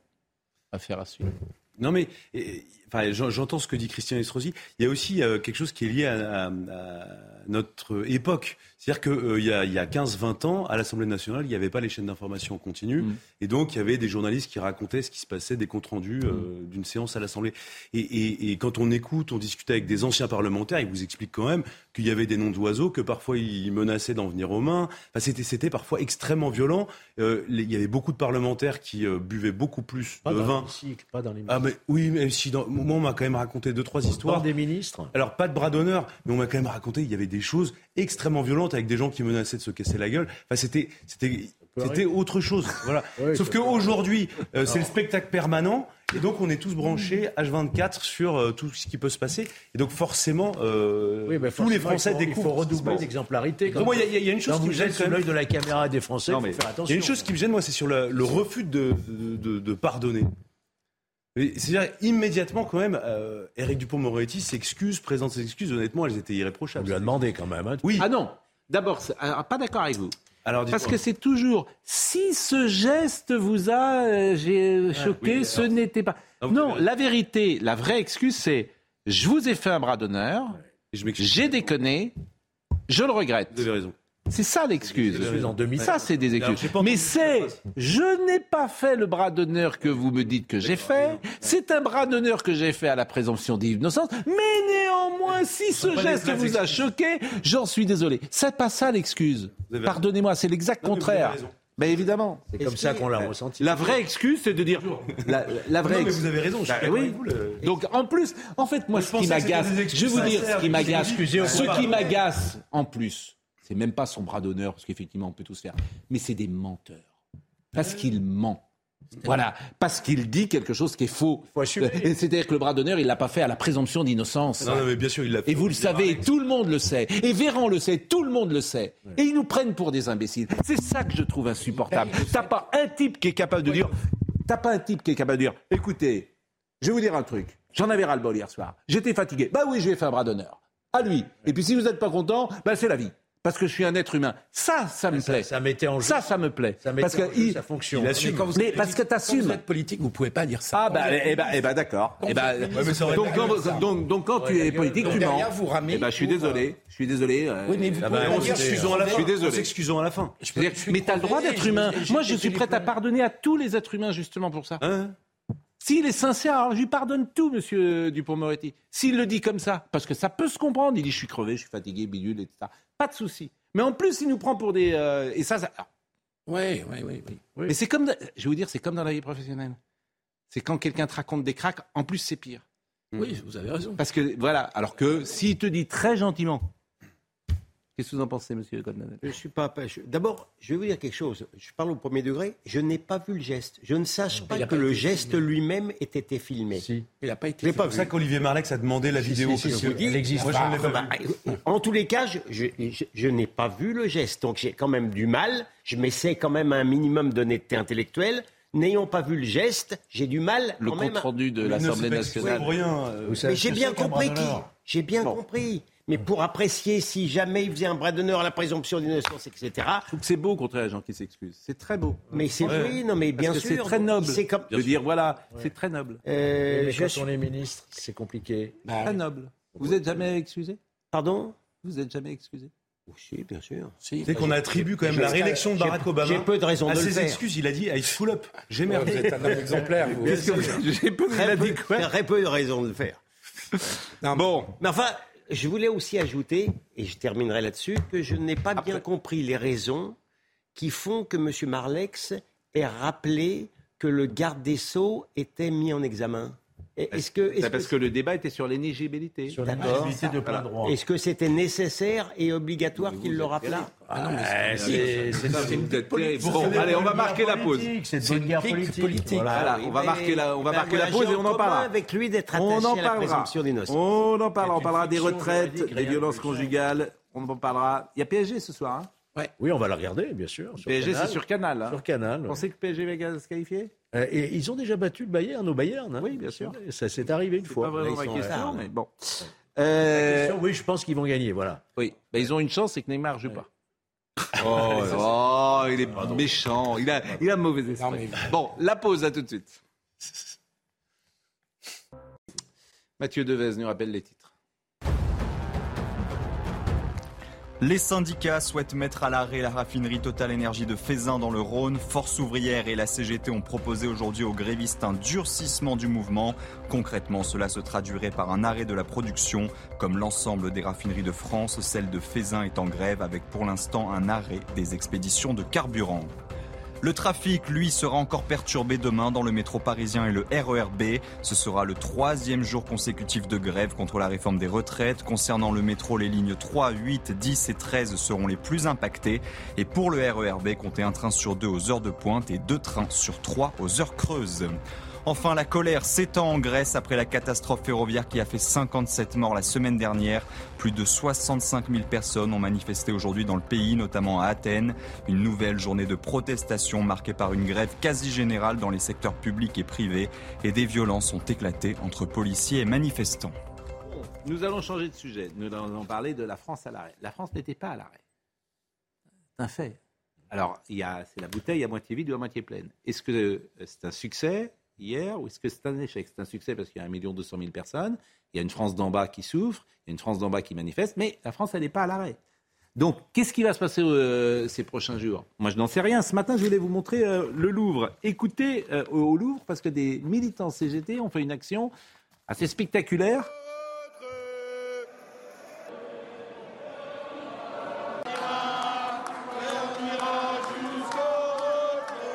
[SPEAKER 1] affaire à suivre.
[SPEAKER 8] Non, mais eh, enfin, j'en- j'entends ce que dit Christian Estrosi. Il y a aussi euh, quelque chose qui est lié à, à- à notre époque. C'est-à-dire qu'il y a, il y a 15-20 ans, à l'Assemblée nationale, il n'y avait pas les chaînes d'information en continu. Et donc, il y avait des journalistes qui racontaient ce qui se passait, des comptes rendus euh, d'une séance à l'Assemblée. Et, et- et quand on écoute, on discute avec des anciens parlementaires, ils vous expliquent quand même qu'il y avait des noms d'oiseaux, que parfois ils menaçaient d'en venir aux mains. Enfin, c'était, c'était parfois extrêmement violent. Euh, les- il y avait beaucoup de parlementaires qui euh, buvaient beaucoup plus
[SPEAKER 2] Pas
[SPEAKER 8] de
[SPEAKER 2] dans
[SPEAKER 8] vin.
[SPEAKER 2] l'hémicycle, pas dans les
[SPEAKER 8] Ah mais oui, mais si dans, moi on m'a quand même raconté deux trois histoires
[SPEAKER 2] des ministres.
[SPEAKER 8] Alors pas de bras d'honneur, mais on m'a quand même raconté il y avait des choses extrêmement violentes avec des gens qui menaçaient de se casser la gueule. Enfin c'était c'était c'était autre chose. Voilà.
[SPEAKER 2] Oui,
[SPEAKER 8] Sauf
[SPEAKER 2] ça
[SPEAKER 8] que
[SPEAKER 2] peut arriver.
[SPEAKER 8] aujourd'hui euh, c'est le
[SPEAKER 2] Alors.
[SPEAKER 8] spectacle permanent et donc on est tous branchés H24 sur euh, tout ce qui peut se passer et donc forcément, euh,
[SPEAKER 2] Oui, mais
[SPEAKER 8] tous les
[SPEAKER 2] forcément,
[SPEAKER 8] Français
[SPEAKER 2] il faut-
[SPEAKER 8] découvrent.
[SPEAKER 2] Il faut
[SPEAKER 8] ce qui se
[SPEAKER 2] redoubler
[SPEAKER 8] passe.
[SPEAKER 2] d'exemplarité.
[SPEAKER 8] Donc, moi, il y a- il y, a une chose
[SPEAKER 2] Quand
[SPEAKER 8] qui me
[SPEAKER 2] vous
[SPEAKER 8] gêne
[SPEAKER 2] êtes sous
[SPEAKER 8] quand même.
[SPEAKER 2] l'œil de la caméra des Français,
[SPEAKER 8] Non,
[SPEAKER 2] il
[SPEAKER 8] mais
[SPEAKER 2] faut
[SPEAKER 8] Il
[SPEAKER 2] faire
[SPEAKER 8] y a
[SPEAKER 2] attention.
[SPEAKER 8] une chose qui me gêne, moi, c'est sur le, le refus de, de- de- de pardonner. Et C'est-à-dire, immédiatement, quand même, euh, Eric Dupont-Moretti s'excuse, présente ses excuses. Honnêtement, elles étaient irréprochables. On lui a
[SPEAKER 2] demandé, quand même.
[SPEAKER 8] Oui.
[SPEAKER 1] Ah non D'abord, c'est- alors, pas d'accord avec vous.
[SPEAKER 8] Alors, dites-moi.
[SPEAKER 1] Parce que c'est toujours si ce geste vous a euh, j'ai
[SPEAKER 3] Ah,
[SPEAKER 1] choqué,
[SPEAKER 9] oui,
[SPEAKER 1] ce n'était pas. Non, la vérité, la vraie excuse, c'est je vous ai fait un bras d'honneur, j'ai déconné, je le regrette. Vous
[SPEAKER 8] avez raison.
[SPEAKER 1] C'est ça l'excuse.
[SPEAKER 2] Vous avez raison.
[SPEAKER 1] Ça, c'est des
[SPEAKER 2] Alors, j'ai
[SPEAKER 1] excuses.
[SPEAKER 2] pas entendu
[SPEAKER 1] Mais c'est je n'ai pas fait le bras d'honneur que vous me dites que j'ai fait. C'est un bras d'honneur que j'ai fait à la présomption d'innocence. Mais néanmoins, si
[SPEAKER 9] Ce
[SPEAKER 1] ce geste vous a choqué, j'en suis désolé. C'est pas ça l'excuse.
[SPEAKER 9] avez raison.
[SPEAKER 1] Pardonnez-moi, c'est l'exact
[SPEAKER 9] Non, mais vous avez
[SPEAKER 1] contraire.
[SPEAKER 9] raison.
[SPEAKER 1] Mais évidemment.
[SPEAKER 2] C'est comme ça qu'on l'a ressenti.
[SPEAKER 1] La vraie excuse, c'est de dire. La, la vraie
[SPEAKER 2] Non, mais
[SPEAKER 1] excuse-
[SPEAKER 2] vous avez raison, je suis
[SPEAKER 1] Bah
[SPEAKER 2] d'accord
[SPEAKER 1] oui.
[SPEAKER 2] avec vous,
[SPEAKER 3] Euh,
[SPEAKER 2] le-
[SPEAKER 1] Donc en plus, en fait, moi,
[SPEAKER 2] Je
[SPEAKER 1] ce
[SPEAKER 2] pensais
[SPEAKER 1] qui
[SPEAKER 2] que
[SPEAKER 1] m'agace,
[SPEAKER 2] c'était des excuses
[SPEAKER 1] je vais vous dire
[SPEAKER 2] sincères,
[SPEAKER 1] ce qui
[SPEAKER 2] des
[SPEAKER 1] m'agace.
[SPEAKER 2] excusés au
[SPEAKER 1] Ce qui
[SPEAKER 2] combat.
[SPEAKER 1] m'agace en plus, c'est même pas son bras d'honneur, parce qu'effectivement, on peut tous faire, mais c'est des menteurs. Parce
[SPEAKER 2] Euh.
[SPEAKER 1] qu'il ment. Voilà, parce qu'il dit quelque chose qui est faux. Et C'est-à-dire que le bras d'honneur, il l'a pas fait à la présomption d'innocence.
[SPEAKER 8] Non, non, mais bien sûr, il l'a fait.
[SPEAKER 1] Et vous le savez, et tout le monde le sait. Et Véran le sait, tout le monde le sait. Et ils nous prennent pour des imbéciles. C'est ça que je trouve insupportable. T'as pas un type qui est capable de dire. T'as pas un type qui est capable de dire. Écoutez, je vais vous dire un truc. J'en avais ras le bol hier soir. J'étais fatigué. Bah oui, je vais faire un bras d'honneur. À lui. Et puis si vous n'êtes pas content, bah c'est la vie. Parce que je suis un être humain. Ça, ça me plaît. Ça
[SPEAKER 2] mettait en
[SPEAKER 1] jeu. Ça, ça me plaît.
[SPEAKER 2] mettait
[SPEAKER 1] parce que
[SPEAKER 2] en jeu
[SPEAKER 1] il-
[SPEAKER 2] sa fonction.
[SPEAKER 1] il
[SPEAKER 2] Mais
[SPEAKER 1] assume.
[SPEAKER 2] quand vous
[SPEAKER 1] Mais
[SPEAKER 2] êtes
[SPEAKER 1] parce que
[SPEAKER 2] politique-
[SPEAKER 1] t'assumes.
[SPEAKER 2] quand vous
[SPEAKER 1] êtes
[SPEAKER 3] politique, vous pouvez pas dire ça.
[SPEAKER 1] Ah bah, eh bah, eh bah, d'accord. Eh bah,
[SPEAKER 3] Ouais, mais ça aurait
[SPEAKER 1] donc,
[SPEAKER 3] la
[SPEAKER 1] quand,
[SPEAKER 3] gueule, ça.
[SPEAKER 1] donc, donc quand
[SPEAKER 3] Ouais,
[SPEAKER 1] tu
[SPEAKER 3] la
[SPEAKER 1] es
[SPEAKER 3] gueule.
[SPEAKER 1] politique,
[SPEAKER 3] Donc,
[SPEAKER 1] tu mens.
[SPEAKER 3] derrière, vous ramenez
[SPEAKER 1] eh bah, je suis
[SPEAKER 3] pour,
[SPEAKER 1] désolé. Je suis désolé. euh,
[SPEAKER 3] Oui, mais vous
[SPEAKER 1] ah
[SPEAKER 3] pouvez
[SPEAKER 1] bah,
[SPEAKER 3] pas
[SPEAKER 1] on
[SPEAKER 3] dire,
[SPEAKER 1] s'est-
[SPEAKER 3] excusons à la
[SPEAKER 1] je
[SPEAKER 3] fin.
[SPEAKER 1] suis désolé.
[SPEAKER 3] On s'excusons
[SPEAKER 8] à la fin.
[SPEAKER 1] Je veux dire, mais t'as le droit d'être humain. Moi, je suis prêt à pardonner à tous les êtres humains, justement, pour ça.
[SPEAKER 3] Hein
[SPEAKER 1] S'il est sincère, alors je lui pardonne tout, monsieur Dupont-Moretti. S'il le dit comme ça, parce que ça peut se comprendre. Il dit, je suis crevé, je suis fatigué, bidule, etc. Pas de souci. Mais en plus, il nous prend pour des... euh, et ça, ça...
[SPEAKER 3] Oui, oui, oui. oui.
[SPEAKER 1] Mais c'est comme... Je vais vous dire, c'est comme dans la vie professionnelle. C'est quand quelqu'un te raconte des cracks, en plus, c'est pire.
[SPEAKER 3] Hmm. Oui, vous avez raison.
[SPEAKER 1] Parce que, voilà, alors que s'il te dit très gentiment... Qu'est-ce que vous en pensez, monsieur Goldman
[SPEAKER 5] Je suis pas. pas- je- D'abord, je vais vous dire quelque chose. Je parle au premier degré. Je n'ai pas vu le geste. Je ne sache pas
[SPEAKER 8] il a
[SPEAKER 5] que
[SPEAKER 8] pas
[SPEAKER 5] le
[SPEAKER 8] été
[SPEAKER 5] geste
[SPEAKER 8] filmé.
[SPEAKER 5] lui-même ait été filmé.
[SPEAKER 3] Il n'a pas été.
[SPEAKER 5] Je l'ai
[SPEAKER 8] C'est
[SPEAKER 5] pas
[SPEAKER 8] pour ça
[SPEAKER 5] vu.
[SPEAKER 8] qu'Olivier Marlex a demandé la vidéo.
[SPEAKER 5] Si, si,
[SPEAKER 8] parce
[SPEAKER 5] je vous
[SPEAKER 8] que-
[SPEAKER 5] dis,
[SPEAKER 8] Moi, je ne l'ai pas
[SPEAKER 5] bah,
[SPEAKER 8] vu.
[SPEAKER 5] bah, En tous les cas, je, je- je- je n'ai pas vu le geste, donc j'ai quand même du mal. Je m'essaie quand même à un minimum d'honnêteté intellectuelle. N'ayant pas vu le geste, j'ai du mal.
[SPEAKER 1] Le
[SPEAKER 5] quand même à-
[SPEAKER 1] compte-rendu de Mais non, l'Assemblée c'est pas excusé nationale. pour rien, euh. Vous savez
[SPEAKER 5] Mais j'ai
[SPEAKER 1] ce que
[SPEAKER 5] bien
[SPEAKER 1] c'est qu'un
[SPEAKER 5] compris
[SPEAKER 1] bras
[SPEAKER 5] qui.
[SPEAKER 1] d'honneur.
[SPEAKER 5] J'ai bien compris. Mais pour apprécier si jamais il faisait un bras d'honneur à la présomption d'innocence, etc.
[SPEAKER 1] C'est beau, au contraire, les gens qui s'excusent. C'est très beau.
[SPEAKER 5] Mais c'est
[SPEAKER 1] Ouais.
[SPEAKER 5] oui, non, mais
[SPEAKER 1] Parce
[SPEAKER 5] bien
[SPEAKER 1] que
[SPEAKER 5] sûr.
[SPEAKER 1] C'est très noble.
[SPEAKER 5] C'est comme
[SPEAKER 1] de dire voilà, c'est très noble.
[SPEAKER 5] Euh,
[SPEAKER 2] Mais
[SPEAKER 5] je
[SPEAKER 2] quand
[SPEAKER 5] suis-
[SPEAKER 2] on est ministre, c'est compliqué. Ah
[SPEAKER 1] Très noble. Vous êtes jamais excusé
[SPEAKER 5] Pardon
[SPEAKER 1] Vous êtes jamais excusé
[SPEAKER 5] Oui, bien sûr.
[SPEAKER 8] C'est qu'on attribue quand même la réélection de Barack Obama.
[SPEAKER 5] J'ai peu de raisons
[SPEAKER 8] à
[SPEAKER 5] de le
[SPEAKER 8] ses
[SPEAKER 5] faire.
[SPEAKER 8] excuses. Il a dit I full up. J'ai
[SPEAKER 5] Ouais,
[SPEAKER 8] merdé.
[SPEAKER 5] vous êtes un homme exemplaire, vous. Qu'est-ce que vous-
[SPEAKER 8] J'ai peu,
[SPEAKER 5] Très peu- très peu de raisons de le faire.
[SPEAKER 3] Non,
[SPEAKER 5] Bon. Mais enfin, je voulais aussi ajouter, et je terminerai là-dessus, que je n'ai pas bien compris les raisons qui font que M. Marlex ait rappelé que le garde des Saux était mis en examen. Et Est-ce que, est-ce
[SPEAKER 1] C'est parce que le débat était sur l'éligibilité.
[SPEAKER 5] Sur l'éligibilité
[SPEAKER 2] de plein droit.
[SPEAKER 5] Est-ce que c'était nécessaire et obligatoire qu'il le rappelât
[SPEAKER 1] Ah, mais c'est- c'est- c'est une tête terrible. Bon, allez, on va marquer la pause.
[SPEAKER 2] C'est une bonne guerre politique.
[SPEAKER 5] Ah
[SPEAKER 1] Voilà, on va marquer la, on va marquer la pause et on en parlera.
[SPEAKER 5] Avec lui d'être
[SPEAKER 1] On
[SPEAKER 5] attaché
[SPEAKER 1] en
[SPEAKER 5] à la
[SPEAKER 1] parlera.
[SPEAKER 5] présomption d'innocence.
[SPEAKER 1] On en parlera. On parlera des
[SPEAKER 5] fiction
[SPEAKER 1] retraites,
[SPEAKER 5] juridique,
[SPEAKER 1] des
[SPEAKER 5] rien
[SPEAKER 1] violences
[SPEAKER 5] de
[SPEAKER 1] conjugales. On en parlera. Il y a PSG ce soir. hein
[SPEAKER 2] Oui, on va le regarder, bien sûr. sur
[SPEAKER 1] PSG,
[SPEAKER 2] Canal.
[SPEAKER 1] c'est sur Canal. hein.
[SPEAKER 2] Sur Canal.
[SPEAKER 1] Vous
[SPEAKER 2] ouais.
[SPEAKER 1] pensez que PSG va se qualifier
[SPEAKER 2] Euh, Et ils ont déjà battu le Bayern au Bayern. Oui,
[SPEAKER 1] bien sûr.
[SPEAKER 2] Ça s'est arrivé une
[SPEAKER 1] C'est
[SPEAKER 2] fois.
[SPEAKER 1] pas vraiment
[SPEAKER 2] Là, ils
[SPEAKER 1] ma
[SPEAKER 2] sont-
[SPEAKER 1] question,
[SPEAKER 2] Ouais.
[SPEAKER 1] mais bon.
[SPEAKER 2] La
[SPEAKER 1] Euh,
[SPEAKER 2] question, oui, je pense qu'ils vont gagner, voilà.
[SPEAKER 1] Oui, Bah, ils ont une chance, c'est que Neymar joue pas.
[SPEAKER 2] Oh,
[SPEAKER 1] Oh, il est méchant, il a, il a mauvais esprit. Bon, la pause, à tout de suite. Mathieu Devez nous rappelle les titres.
[SPEAKER 16] Les syndicats souhaitent mettre à l'arrêt la raffinerie Total Énergie de Fézin dans le Rhône. Force ouvrière et la CGT ont proposé aujourd'hui aux grévistes un durcissement du mouvement. Concrètement, cela se traduirait par un arrêt de la production, comme l'ensemble des raffineries de France. Celle de Fézin est en grève avec pour l'instant un arrêt des expéditions de carburant. Le trafic, lui, sera encore perturbé demain dans le métro parisien et le RERB. Ce sera le troisième jour consécutif de grève contre la réforme des retraites. Concernant le métro, les lignes 3, 8, 10 et 13 seront les plus impactées. Et pour le RERB, comptez un train sur deux aux heures de pointe et deux trains sur trois aux heures creuses. Enfin, la colère s'étend en Grèce après la catastrophe ferroviaire qui a fait 57 morts la semaine dernière. Plus de 65 000 personnes ont manifesté aujourd'hui dans le pays, notamment à Athènes. Une nouvelle journée de protestation marquée par une grève quasi générale dans les secteurs publics et privés. Et des violences ont éclaté entre policiers et manifestants.
[SPEAKER 1] Nous allons changer de sujet. Nous allons parler de la France à l'arrêt. La France n'était pas à l'arrêt. C'est un fait. Alors, il y a- c'est la bouteille à moitié vide ou à moitié pleine. Est-ce que euh, c'est un succès hier ou est-ce que c'est un échec C'est un succès parce qu'il y a 1 200 000 personnes, il y a une France d'en bas qui souffre, il y a une France d'en bas qui manifeste, mais la France, elle n'est pas à l'arrêt. Donc, qu'est-ce qui va se passer euh, ces prochains jours Moi, je n'en sais rien. Ce matin, je voulais vous montrer euh, le Louvre. Écoutez euh, au au Louvre parce que des militants CGT ont fait une action assez spectaculaire.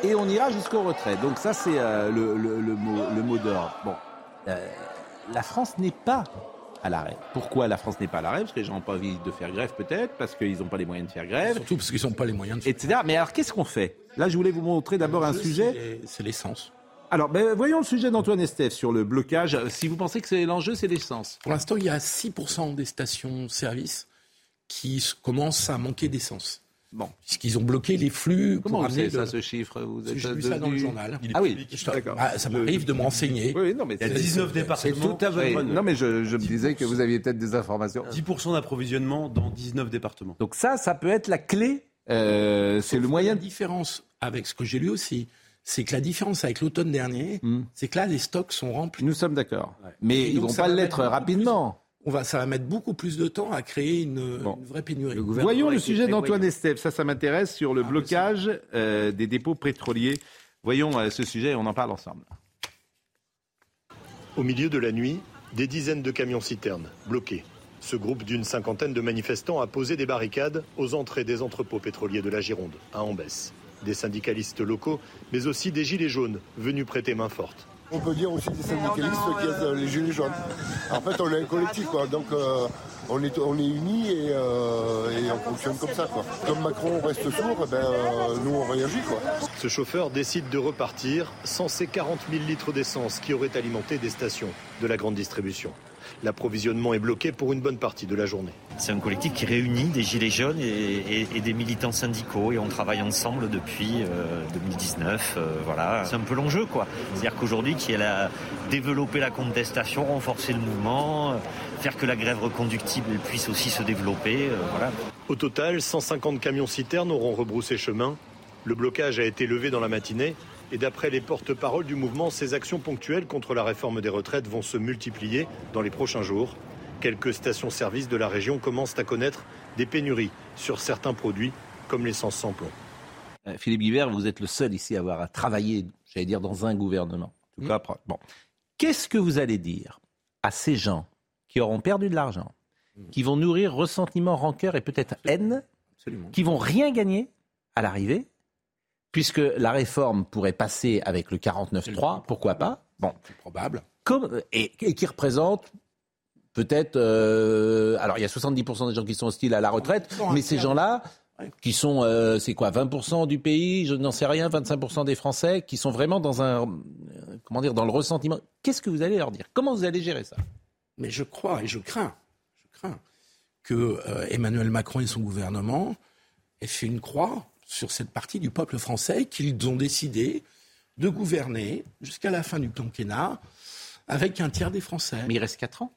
[SPEAKER 1] et on ira jusqu'au retrait. Donc ça, c'est euh, le, le- le mot, le mot d'ordre. Bon, euh, la France n'est pas à l'arrêt. Pourquoi la France n'est pas à l'arrêt Parce que les gens n'ont pas envie de faire grève peut-être, parce qu'ils n'ont pas les moyens de faire grève. Surtout parce qu'ils n'ont pas les moyens de faire grève. Mais alors, qu'est-ce qu'on fait Là, je voulais vous montrer d'abord un sujet.
[SPEAKER 3] Euh, C'est l'essence.
[SPEAKER 1] Alors, ben, voyons le sujet d'Antoine Estève sur le blocage. Si vous pensez que c'est l'enjeu, c'est l'essence.
[SPEAKER 3] Pour l'instant, il y a 6% des stations-service qui s- commencent à manquer d'essence.
[SPEAKER 1] Bon.
[SPEAKER 3] Puisqu'ils ont bloqué les flux.
[SPEAKER 1] Comment
[SPEAKER 3] pour
[SPEAKER 1] vous savez
[SPEAKER 3] amener
[SPEAKER 1] ça,
[SPEAKER 3] le-
[SPEAKER 1] ce chiffre vous
[SPEAKER 3] J'ai
[SPEAKER 1] êtes
[SPEAKER 3] lu ça dans le
[SPEAKER 1] devenu-
[SPEAKER 3] journal.
[SPEAKER 1] Ah oui, d'accord.
[SPEAKER 3] Ah, ça m'arrive de me renseigner.
[SPEAKER 1] Oui, non, mais
[SPEAKER 3] Il y a 19 départements.
[SPEAKER 8] C'est tout à votre
[SPEAKER 1] Oui,
[SPEAKER 8] honneur.
[SPEAKER 1] Non, mais je, je me disais que vous aviez peut-être des informations.
[SPEAKER 8] 10% d'approvisionnement dans 19 départements.
[SPEAKER 1] Donc ça, ça peut être la clé. Euh, c'est le moyen.
[SPEAKER 3] La différence avec ce que j'ai lu aussi, c'est que la différence avec l'automne dernier, c'est que là, les stocks sont remplis.
[SPEAKER 1] Hmm. Nous sommes d'accord. Mais
[SPEAKER 3] Et
[SPEAKER 1] ils
[SPEAKER 3] donc,
[SPEAKER 1] vont
[SPEAKER 3] ça
[SPEAKER 1] pas
[SPEAKER 3] va
[SPEAKER 1] l'être
[SPEAKER 3] mettre beaucoup
[SPEAKER 1] rapidement.
[SPEAKER 3] On va, ça va mettre beaucoup plus de temps à créer une, une vraie pénurie.
[SPEAKER 1] Voyons le sujet d'Antoine Estève. Ça, ça m'intéresse sur
[SPEAKER 17] Ah,
[SPEAKER 1] le blocage euh, des dépôts pétroliers. Voyons euh, ce sujet et on en parle ensemble.
[SPEAKER 18] Au milieu de la nuit, des dizaines de camions-citernes bloqués. Ce groupe d'une cinquantaine de manifestants a posé des barricades aux entrées des entrepôts pétroliers de la Gironde, à Ambès. Des syndicalistes locaux, mais aussi des gilets jaunes venus prêter main forte.
[SPEAKER 19] On peut dire aussi des syndicalistes qui aident euh, les Gilets jaunes. En fait, on est un collectif, quoi. Donc, euh, on, est, on est unis et, euh, et on fonctionne comme ça, quoi. Comme Macron reste sourd, eh ben, euh, nous, on réagit, quoi.
[SPEAKER 18] Ce chauffeur décide de repartir sans ces 40 000 litres d'essence qui auraient alimenté des stations de la grande distribution. L'approvisionnement est bloqué pour une bonne partie de la journée.
[SPEAKER 20] C'est un collectif qui réunit des gilets jaunes et, et- et des militants syndicaux et on travaille ensemble depuis euh, 2019. euh, voilà, c'est un peu l'enjeu quoi. C'est-à-dire qu'aujourd'hui, qui est là, développer la contestation, renforcer le mouvement, euh, faire que la grève reconductible puisse aussi se développer. euh, voilà.
[SPEAKER 18] Au total, 150 camions-citernes auront rebroussé chemin. Le blocage a été levé dans la matinée et d'après les porte-paroles du mouvement, ces actions ponctuelles contre la réforme des retraites vont se multiplier dans les prochains jours. Quelques stations-service de la région commencent à connaître des pénuries sur certains produits comme l'essence sans plomb.
[SPEAKER 17] Euh, Philippe Guibert, vous êtes le seul ici à avoir à travailler, j'allais dire, dans un gouvernement.
[SPEAKER 1] Mm.
[SPEAKER 17] En tout cas, pro- bon. Qu'est-ce que vous allez dire à ces gens qui auront perdu de l'argent,
[SPEAKER 1] Mmh. qui vont nourrir ressentiment, rancœur et peut-être haine, qui vont rien gagner à l'arrivée, puisque la réforme pourrait passer avec le 49-3, pourquoi pas Bon,
[SPEAKER 3] probable.
[SPEAKER 1] Comme, et, et qui représente peut-être. euh, alors, il y a 70% des gens qui sont hostiles à la retraite, mais
[SPEAKER 3] hein.
[SPEAKER 1] ces gens-là, qui sont, euh, c'est quoi, 20% du pays, je n'en sais rien, 25% des Français, qui sont vraiment dans un. euh, Comment dire, dans le ressentiment. Qu'est-ce que vous allez leur dire Comment vous allez gérer ça
[SPEAKER 3] Mais je crois et je crains, je crains que euh, Emmanuel Macron et son gouvernement aient fait une croix sur cette partie du peuple français qu'ils ont décidé de gouverner jusqu'à la fin du quinquennat avec un tiers des Français. Ah Mais
[SPEAKER 1] il reste 4 ans.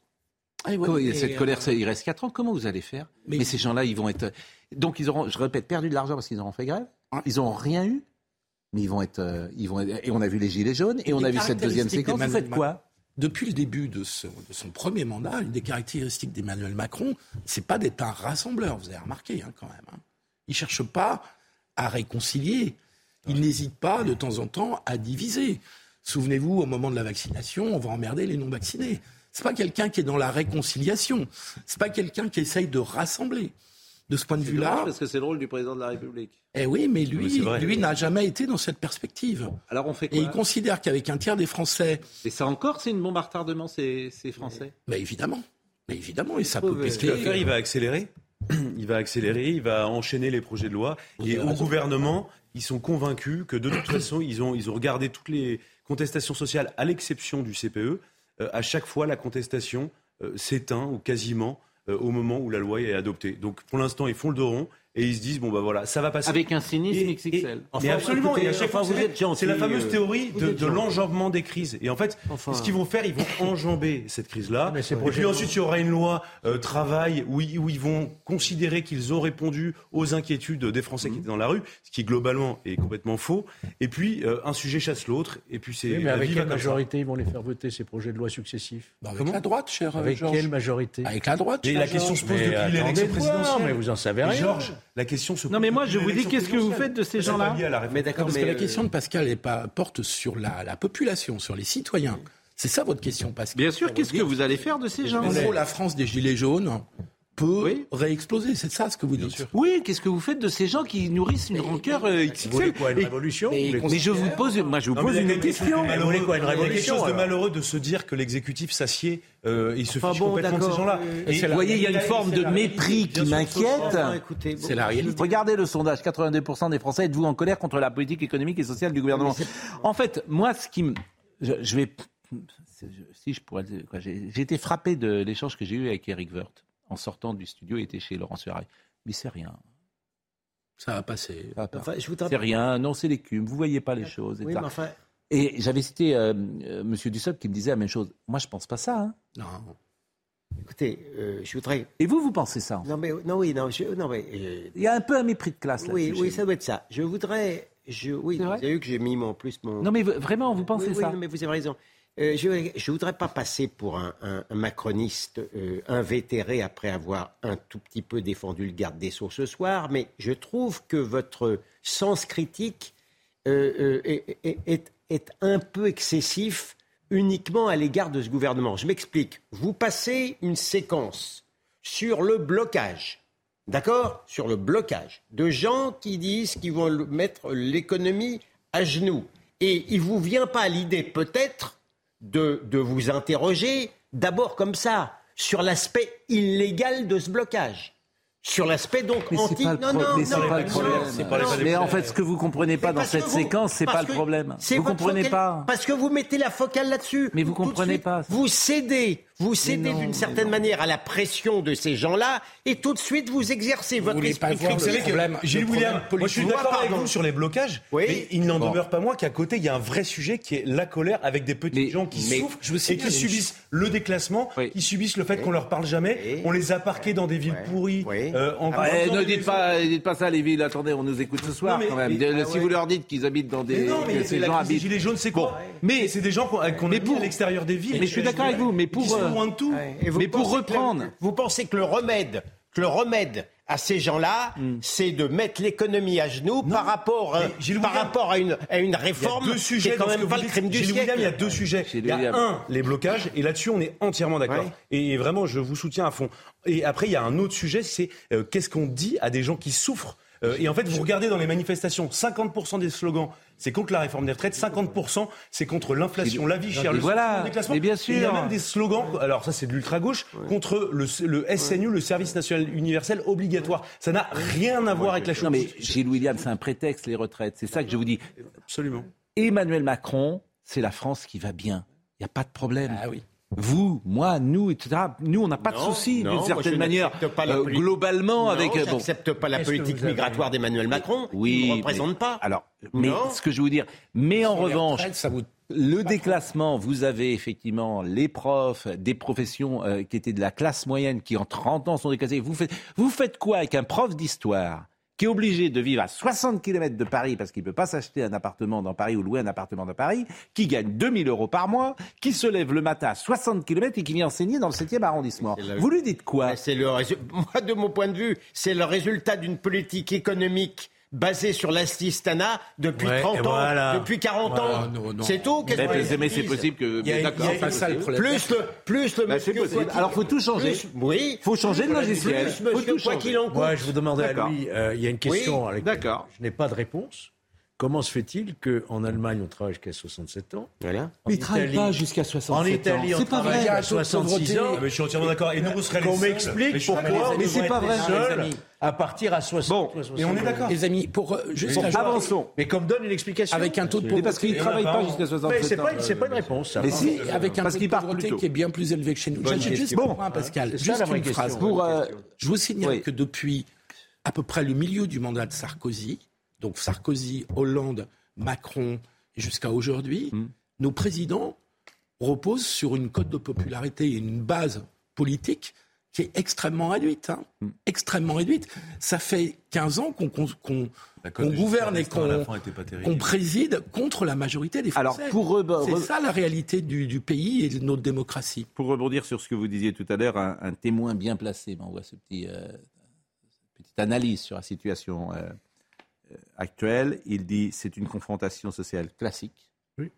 [SPEAKER 1] Comment-
[SPEAKER 8] euh,
[SPEAKER 1] cette colère, ça, il reste 4 ans. Comment vous allez faire mais, ces gens-là, ils vont être. Donc, ils auront, je répète, perdu de l'argent parce qu'ils auront fait grève. Ils n'ont rien eu. Mais ils vont être. euh, Ils vont être- Et on a vu les Gilets jaunes et on a vu cette deuxième séquence. Vous faites quoi
[SPEAKER 3] Depuis le début de, ce- de son premier mandat, une des caractéristiques d'Emmanuel Macron, c'est pas d'être un rassembleur, vous avez remarqué hein, quand même. hein. Il cherche pas à réconcilier. Il n'hésite pas de temps en temps à diviser. Souvenez-vous, au moment de la vaccination, on va emmerder les non-vaccinés. C'est pas quelqu'un qui est dans la réconciliation. C'est pas quelqu'un qui essaye de rassembler. De ce point de
[SPEAKER 21] dommage
[SPEAKER 3] vue-là,
[SPEAKER 21] parce que c'est le rôle du président de la République.
[SPEAKER 3] eh oui, mais
[SPEAKER 21] Mais
[SPEAKER 3] lui,
[SPEAKER 21] c'est vrai.
[SPEAKER 3] lui n'a jamais été dans cette perspective.
[SPEAKER 21] Alors on fait
[SPEAKER 3] Et
[SPEAKER 21] quoi hein
[SPEAKER 3] il considère qu'avec un tiers des Français,
[SPEAKER 21] Et ça encore, c'est une bombe à retardement, ces, ces Français.
[SPEAKER 3] bah évidemment, mais évidemment, et ça peut
[SPEAKER 21] Pauvre-
[SPEAKER 8] Qu'est-ce qu'il va
[SPEAKER 3] péter.
[SPEAKER 8] faire Il va accélérer. Il va accélérer, il va enchaîner les projets de loi. Et au
[SPEAKER 3] raison.
[SPEAKER 8] gouvernement, ils sont convaincus que de toute façon, ils ont, ils ont regardé toutes les contestations sociales, à l'exception du CPE. Euh, à chaque fois, la contestation euh, s'éteint ou quasiment euh, au moment où la loi est adoptée. Donc pour l'instant, ils font le dos rond et ils se disent bon, bah voilà, ça va passer.
[SPEAKER 1] Avec un cynisme XXL.
[SPEAKER 8] Mais absolument, et à chaque fois,
[SPEAKER 1] vous
[SPEAKER 8] c'est-
[SPEAKER 1] êtes gentil.
[SPEAKER 8] C'est la fameuse
[SPEAKER 1] euh,
[SPEAKER 8] théorie
[SPEAKER 1] vous
[SPEAKER 8] de,
[SPEAKER 1] êtes
[SPEAKER 8] de
[SPEAKER 1] gentil.
[SPEAKER 8] l'enjambement des crises. Et en fait,
[SPEAKER 1] Enfin.
[SPEAKER 8] ce qu'ils vont faire, ils vont enjamber cette crise-là.
[SPEAKER 1] c'est
[SPEAKER 8] Et
[SPEAKER 1] pour
[SPEAKER 8] puis
[SPEAKER 1] les-
[SPEAKER 8] ensuite, il y aura une loi euh, travail où, ils- où ils vont considérer qu'ils ont répondu aux inquiétudes des Français qui étaient dans la rue, ce qui globalement est complètement faux. Et puis, euh, un sujet chasse l'autre. Et puis, c'est.
[SPEAKER 2] Oui, mais
[SPEAKER 8] la
[SPEAKER 2] avec
[SPEAKER 8] vie va
[SPEAKER 2] quelle
[SPEAKER 8] comme ça.
[SPEAKER 2] majorité ils vont les faire voter ces projets de loi successifs
[SPEAKER 3] Avec la droite, cher euh,
[SPEAKER 2] Avec
[SPEAKER 3] Georges.
[SPEAKER 2] quelle majorité
[SPEAKER 3] Avec la droite,
[SPEAKER 2] Mais
[SPEAKER 3] cher
[SPEAKER 2] la
[SPEAKER 3] Georges.
[SPEAKER 2] question se pose
[SPEAKER 8] Mais
[SPEAKER 2] depuis
[SPEAKER 8] attendez
[SPEAKER 2] l'élection
[SPEAKER 8] de voir,
[SPEAKER 2] présidentielle.
[SPEAKER 8] mais vous en savez
[SPEAKER 2] Mais
[SPEAKER 8] rien.
[SPEAKER 2] Georges,
[SPEAKER 8] la question se
[SPEAKER 21] Non, mais moi, je vous dis, qu'est-ce que vous faites de ces
[SPEAKER 8] Elle est pas
[SPEAKER 21] gens-là
[SPEAKER 8] liée à la réforme.
[SPEAKER 21] Mais d'accord,
[SPEAKER 3] parce
[SPEAKER 21] mais,
[SPEAKER 3] que la
[SPEAKER 21] euh,
[SPEAKER 3] question de Pascal est pas, porte sur la, la population, sur les citoyens. C'est ça votre question, Pascal.
[SPEAKER 21] Bien sûr, qu'est-ce que vous allez faire de ces gens
[SPEAKER 3] En gros, la France des Gilets jaunes peut réexploser. C'est ça ce que vous dites.
[SPEAKER 1] Oui, qu'est-ce que vous faites de ces gens qui nourrissent une rancœur euh, XXL
[SPEAKER 3] voulez quoi, une
[SPEAKER 1] Et-
[SPEAKER 3] révolution
[SPEAKER 1] Mais,
[SPEAKER 3] Vous voulez
[SPEAKER 1] mais je vous pose, moi, je vous
[SPEAKER 8] Non, mais
[SPEAKER 1] pose
[SPEAKER 8] il y a
[SPEAKER 1] une
[SPEAKER 8] quelque chose de
[SPEAKER 1] question.
[SPEAKER 8] malheureux. Il y a quelque chose de
[SPEAKER 1] alors.
[SPEAKER 8] malheureux de se dire que l'exécutif s'assied euh, il se
[SPEAKER 1] Enfin
[SPEAKER 8] fiche
[SPEAKER 1] Ah bon,
[SPEAKER 8] complètement de ces
[SPEAKER 1] d'accord.
[SPEAKER 8] gens-là.
[SPEAKER 1] Et c'est la- Vous voyez, il y a une forme de mépris qui m'inquiète. C'est la réalité. Regardez le sondage 82% des Français êtes-vous en colère contre la politique économique et sociale du gouvernement En fait, moi, ce qui me. Je, je vais. je- Si je pourrais. le- quoi, J'ai j'ai été frappé de l'échange que j'ai eu avec Eric Woerth en sortant du studio. Il était chez Laurence Ferrari. Mais c'est rien.
[SPEAKER 3] Ça va passer.
[SPEAKER 21] Ah,
[SPEAKER 1] Enfin,
[SPEAKER 5] je vous tape-
[SPEAKER 1] C'est rien. Non, c'est l'écume. Vous voyez pas les choses.
[SPEAKER 5] Oui,
[SPEAKER 1] etc.
[SPEAKER 5] mais enfin,
[SPEAKER 1] Et j'avais cité euh, euh, Monsieur Dussopt qui me disait la même chose. Moi, je pense pas ça. hein.
[SPEAKER 5] écoutez, euh, je voudrais.
[SPEAKER 1] Et vous, vous pensez ça
[SPEAKER 5] Non, mais non, oui, non, je- non, mais. euh,
[SPEAKER 1] Il y a un peu un mépris de classe là-dessus.
[SPEAKER 5] oui,
[SPEAKER 1] chez
[SPEAKER 5] oui,
[SPEAKER 1] vous.
[SPEAKER 5] ça doit être ça. Je voudrais. Je, oui, vous avez vu que j'ai mis mon plus mon.
[SPEAKER 1] Non, mais v- vraiment, vous pensez
[SPEAKER 5] Oui, oui,
[SPEAKER 1] ça
[SPEAKER 5] non, mais vous avez raison. Euh, je ne voudrais pas passer pour un, un- un macroniste euh, invétéré après avoir un tout petit peu défendu le garde des Sceaux ce soir, mais je trouve que votre sens critique euh, euh, est, est- est- est un peu excessif uniquement à l'égard de ce gouvernement. Je m'explique. Vous passez une séquence sur le blocage, d'accord Sur le blocage de gens qui disent qu'ils vont le- mettre l'économie à genoux. Et il vous vient pas l'idée peut-être de, de vous interroger d'abord comme ça sur l'aspect illégal de ce blocage. Sur l'aspect donc
[SPEAKER 1] Mais
[SPEAKER 5] anti...
[SPEAKER 1] c'est pas le, pro- mais c'est pas le problème. mais en fait, ce que vous comprenez pas dans
[SPEAKER 5] parce
[SPEAKER 1] cette
[SPEAKER 5] que vous-
[SPEAKER 1] séquence, c'est
[SPEAKER 5] parce
[SPEAKER 1] pas le
[SPEAKER 5] que
[SPEAKER 1] problème.
[SPEAKER 5] c'est
[SPEAKER 1] Vous
[SPEAKER 5] votre
[SPEAKER 1] comprenez
[SPEAKER 5] focale-
[SPEAKER 1] pas.
[SPEAKER 5] Parce que vous mettez la focale là-dessus. Mais vous comprenez pas. Vous cédez, vous cédez d'une certaine manière à la pression de ces gens-là, et tout de suite vous exercez votre
[SPEAKER 3] voulez pas
[SPEAKER 5] esprit.
[SPEAKER 3] voir
[SPEAKER 8] Vous savez
[SPEAKER 5] critique.
[SPEAKER 8] que Gilles William, moi, je suis d'accord avec vous sur les blocages, mais il n'en demeure pas moins qu'à côté, il y a un vrai sujet qui est la colère avec des petits gens qui
[SPEAKER 3] mais-
[SPEAKER 8] souffrent
[SPEAKER 3] je vous
[SPEAKER 8] et
[SPEAKER 3] signale
[SPEAKER 8] qui
[SPEAKER 3] une
[SPEAKER 8] subissent le déclassement, qui subissent le fait qu'on leur parle jamais. on les a parqués dans des villes pourries. euh, en
[SPEAKER 1] Ah, eh,
[SPEAKER 8] plantant
[SPEAKER 1] ne
[SPEAKER 8] des
[SPEAKER 1] dites pas, dites pas ça, les villes. Attendez, on nous écoute ce soir
[SPEAKER 8] mais-
[SPEAKER 1] quand même.
[SPEAKER 8] mais-
[SPEAKER 1] De-
[SPEAKER 8] ah
[SPEAKER 1] si
[SPEAKER 8] ouais.
[SPEAKER 1] vous leur dites qu'ils habitent dans des,
[SPEAKER 8] Mais non, mais
[SPEAKER 1] que ces
[SPEAKER 8] la
[SPEAKER 1] gens
[SPEAKER 8] crise des
[SPEAKER 1] habitent.
[SPEAKER 8] gilets jaunes, c'est quoi
[SPEAKER 1] mais
[SPEAKER 8] c'est des gens qu'on qu'on a
[SPEAKER 1] mais
[SPEAKER 8] mis
[SPEAKER 1] pour-
[SPEAKER 8] à l'extérieur des villes.
[SPEAKER 1] Mais je suis d'accord avec vous, mais
[SPEAKER 8] Qui
[SPEAKER 1] pour
[SPEAKER 8] sont
[SPEAKER 1] euh,
[SPEAKER 8] loin de tout.
[SPEAKER 5] Et vous
[SPEAKER 1] mais pour
[SPEAKER 5] pensez que le-
[SPEAKER 1] reprendre,
[SPEAKER 5] vous pensez que le remède que le remède à ces gens-là,
[SPEAKER 1] Hmm.
[SPEAKER 5] c'est de mettre l'économie à genoux par rapport, euh, par rapport à, une, à une réforme
[SPEAKER 8] Il y a deux
[SPEAKER 5] qui
[SPEAKER 8] sujets
[SPEAKER 5] est quand
[SPEAKER 8] dans ce
[SPEAKER 5] même
[SPEAKER 8] que
[SPEAKER 5] pas
[SPEAKER 8] vous
[SPEAKER 5] le
[SPEAKER 8] dites.
[SPEAKER 5] crime du
[SPEAKER 8] Gilles
[SPEAKER 5] siècle.
[SPEAKER 8] William, il y a deux sujets. Il y a un, les blocages, et là-dessus, on est entièrement d'accord.
[SPEAKER 5] Ouais.
[SPEAKER 8] Et vraiment, je vous soutiens à fond. Et après, il y a un autre sujet, c'est euh, qu'est-ce qu'on dit à des gens qui souffrent Euh, et en fait, vous regardez dans les manifestations, 50% des slogans, c'est contre la réforme des retraites, 50%, c'est contre l'inflation, la vie
[SPEAKER 1] Donc,
[SPEAKER 8] chère, le
[SPEAKER 1] voilà.
[SPEAKER 8] soutien des classements.
[SPEAKER 1] Mais bien
[SPEAKER 8] Et Il y a
[SPEAKER 1] sûr.
[SPEAKER 8] même des slogans, alors ça c'est de l'ultra-gauche, contre le, le SNU, le service national universel obligatoire. Ça n'a rien à voir avec la chose.
[SPEAKER 1] Non, mais Gilles William, c'est un prétexte, les retraites. C'est ça que je vous dis.
[SPEAKER 8] Absolument.
[SPEAKER 1] Emmanuel Macron, c'est la France qui va bien. Il n'y a pas de problème.
[SPEAKER 8] Ah
[SPEAKER 1] Vous, moi, nous, etc. Nous, on n'a pas
[SPEAKER 5] Non,
[SPEAKER 1] de souci,
[SPEAKER 5] non,
[SPEAKER 1] d'une
[SPEAKER 5] moi,
[SPEAKER 1] certaine
[SPEAKER 5] je
[SPEAKER 1] manière.
[SPEAKER 5] n'accepte pas la
[SPEAKER 1] Euh,
[SPEAKER 5] poli-
[SPEAKER 1] globalement,
[SPEAKER 5] Non,
[SPEAKER 1] avec. euh, bon.
[SPEAKER 5] j'accepte pas la
[SPEAKER 1] Est-ce que
[SPEAKER 5] politique
[SPEAKER 1] vous avez-
[SPEAKER 5] migratoire d'Emmanuel Macron.
[SPEAKER 1] Oui,
[SPEAKER 5] Il ne
[SPEAKER 1] mais-
[SPEAKER 5] représente pas.
[SPEAKER 1] Alors, mais
[SPEAKER 5] Non.
[SPEAKER 1] ce que je veux dire, mais en
[SPEAKER 5] Sur les
[SPEAKER 1] revanche,
[SPEAKER 5] retraites,
[SPEAKER 1] le déclassement, vous avez effectivement les profs des professions euh, qui étaient de la classe moyenne qui en 30 ans sont déclassés. Vous faites, vous faites quoi avec un prof d'histoire qui est obligé de vivre à 60 km de Paris parce qu'il ne peut pas s'acheter un appartement dans Paris ou louer un appartement dans Paris, qui gagne 2000 euros par mois, qui se lève le matin à 60 km et qui vient enseigner dans le 7e arrondissement Vous lui dites quoi
[SPEAKER 5] C'est le résu- Moi, de mon point de vue, c'est le résultat d'une politique économique basée sur l'assistanat depuis
[SPEAKER 8] Ouais,
[SPEAKER 5] 30 ans,
[SPEAKER 8] et voilà.
[SPEAKER 5] depuis 40
[SPEAKER 8] Voilà,
[SPEAKER 5] ans.
[SPEAKER 8] non, non.
[SPEAKER 5] C'est tout. qu'est-ce
[SPEAKER 1] Mais-
[SPEAKER 5] que
[SPEAKER 1] mais- mais
[SPEAKER 5] vous
[SPEAKER 1] c'est
[SPEAKER 5] dites
[SPEAKER 1] possible que-
[SPEAKER 5] Il y a-
[SPEAKER 1] mais
[SPEAKER 5] il y a- il
[SPEAKER 1] d'accord,
[SPEAKER 5] y a
[SPEAKER 1] c'est
[SPEAKER 5] pas ça, le
[SPEAKER 1] possible.
[SPEAKER 5] problème. Plus le plus le
[SPEAKER 1] Bah, c'est
[SPEAKER 5] monsieur
[SPEAKER 1] possible.
[SPEAKER 5] quoi qu'il-
[SPEAKER 1] Alors, faut tout changer.
[SPEAKER 5] Plus- oui.
[SPEAKER 1] Faut changer de
[SPEAKER 5] Plus
[SPEAKER 1] logiciel.
[SPEAKER 5] monsieur
[SPEAKER 1] Faut tout
[SPEAKER 5] quoi
[SPEAKER 1] changer.
[SPEAKER 5] qu'il en coûte.
[SPEAKER 2] Moi, je vous demandais à
[SPEAKER 1] D'accord.
[SPEAKER 2] lui, euh, il y a une question
[SPEAKER 1] Oui,
[SPEAKER 2] à laquelle
[SPEAKER 1] d'accord.
[SPEAKER 2] je n'ai pas de réponse. Comment se fait-il qu'en Allemagne, on travaille jusqu'à 67 ans
[SPEAKER 5] Voilà.
[SPEAKER 2] En
[SPEAKER 1] Mais ils travaillent
[SPEAKER 2] Italie-
[SPEAKER 1] pas jusqu'à 67
[SPEAKER 2] En Italie,
[SPEAKER 1] ans.
[SPEAKER 2] on
[SPEAKER 1] C'est pas
[SPEAKER 2] travaille
[SPEAKER 1] vrai.
[SPEAKER 2] jusqu'à 66 ans.
[SPEAKER 8] Ah, mais je suis entièrement d'accord. Et nous, vous serez les
[SPEAKER 2] Qu'on
[SPEAKER 8] seuls.
[SPEAKER 2] m'explique
[SPEAKER 8] Mais je suis
[SPEAKER 2] pourquoi
[SPEAKER 8] d'accord.
[SPEAKER 2] nous
[SPEAKER 8] Mais c'est
[SPEAKER 2] aurons
[SPEAKER 8] pas
[SPEAKER 2] été
[SPEAKER 8] vrai.
[SPEAKER 2] seuls
[SPEAKER 8] Les amis.
[SPEAKER 2] à partir à 60 bon,
[SPEAKER 3] Et on est d'accord. Les amis, pour euh, juste
[SPEAKER 2] Mais-
[SPEAKER 3] ajouter-
[SPEAKER 2] Avançons. Mais comme donne une explication.
[SPEAKER 3] Avec un taux de pauvreté.
[SPEAKER 2] Il y en a un. Mais c'est pas, c'est pas une réponse. ça.
[SPEAKER 3] Mais si, avec un
[SPEAKER 2] Parce
[SPEAKER 3] taux de
[SPEAKER 2] qu'il part
[SPEAKER 3] pauvreté
[SPEAKER 2] plus tôt.
[SPEAKER 3] qui est bien plus élevé que chez nous.
[SPEAKER 2] Bonne
[SPEAKER 3] J'ajoute juste
[SPEAKER 2] question.
[SPEAKER 3] un point, Pascal.
[SPEAKER 2] C'est ça,
[SPEAKER 3] juste
[SPEAKER 2] la vraie
[SPEAKER 3] une
[SPEAKER 2] question.
[SPEAKER 3] phrase.
[SPEAKER 2] Pour, euh,
[SPEAKER 3] Je vous signale
[SPEAKER 2] oui.
[SPEAKER 3] que depuis à peu près le milieu du mandat de Sarkozy, donc Sarkozy, Hollande, Macron, jusqu'à aujourd'hui,
[SPEAKER 2] Hmm.
[SPEAKER 3] nos présidents reposent sur une cote de popularité et une base politique qui est extrêmement réduite. hein.
[SPEAKER 2] Hmm.
[SPEAKER 3] Extrêmement réduite. Ça fait 15 ans qu'on qu'on- qu'on-
[SPEAKER 8] cote
[SPEAKER 3] qu'on
[SPEAKER 8] de
[SPEAKER 3] gouverne et
[SPEAKER 8] Giscard d'Estaing à
[SPEAKER 3] qu'on
[SPEAKER 8] la fin était pas terrible.
[SPEAKER 3] qu'on préside contre la majorité des Français.
[SPEAKER 8] Alors, pour bah,
[SPEAKER 3] C'est
[SPEAKER 8] re-
[SPEAKER 3] ça la réalité du, du pays et de notre démocratie.
[SPEAKER 1] Pour rebondir sur ce que vous disiez tout à l'heure, un, un témoin bien placé m'envoie ce petit, euh, petite analyse sur la situation euh, euh, actuelle. Il dit c'est une confrontation sociale classique.
[SPEAKER 2] Oui.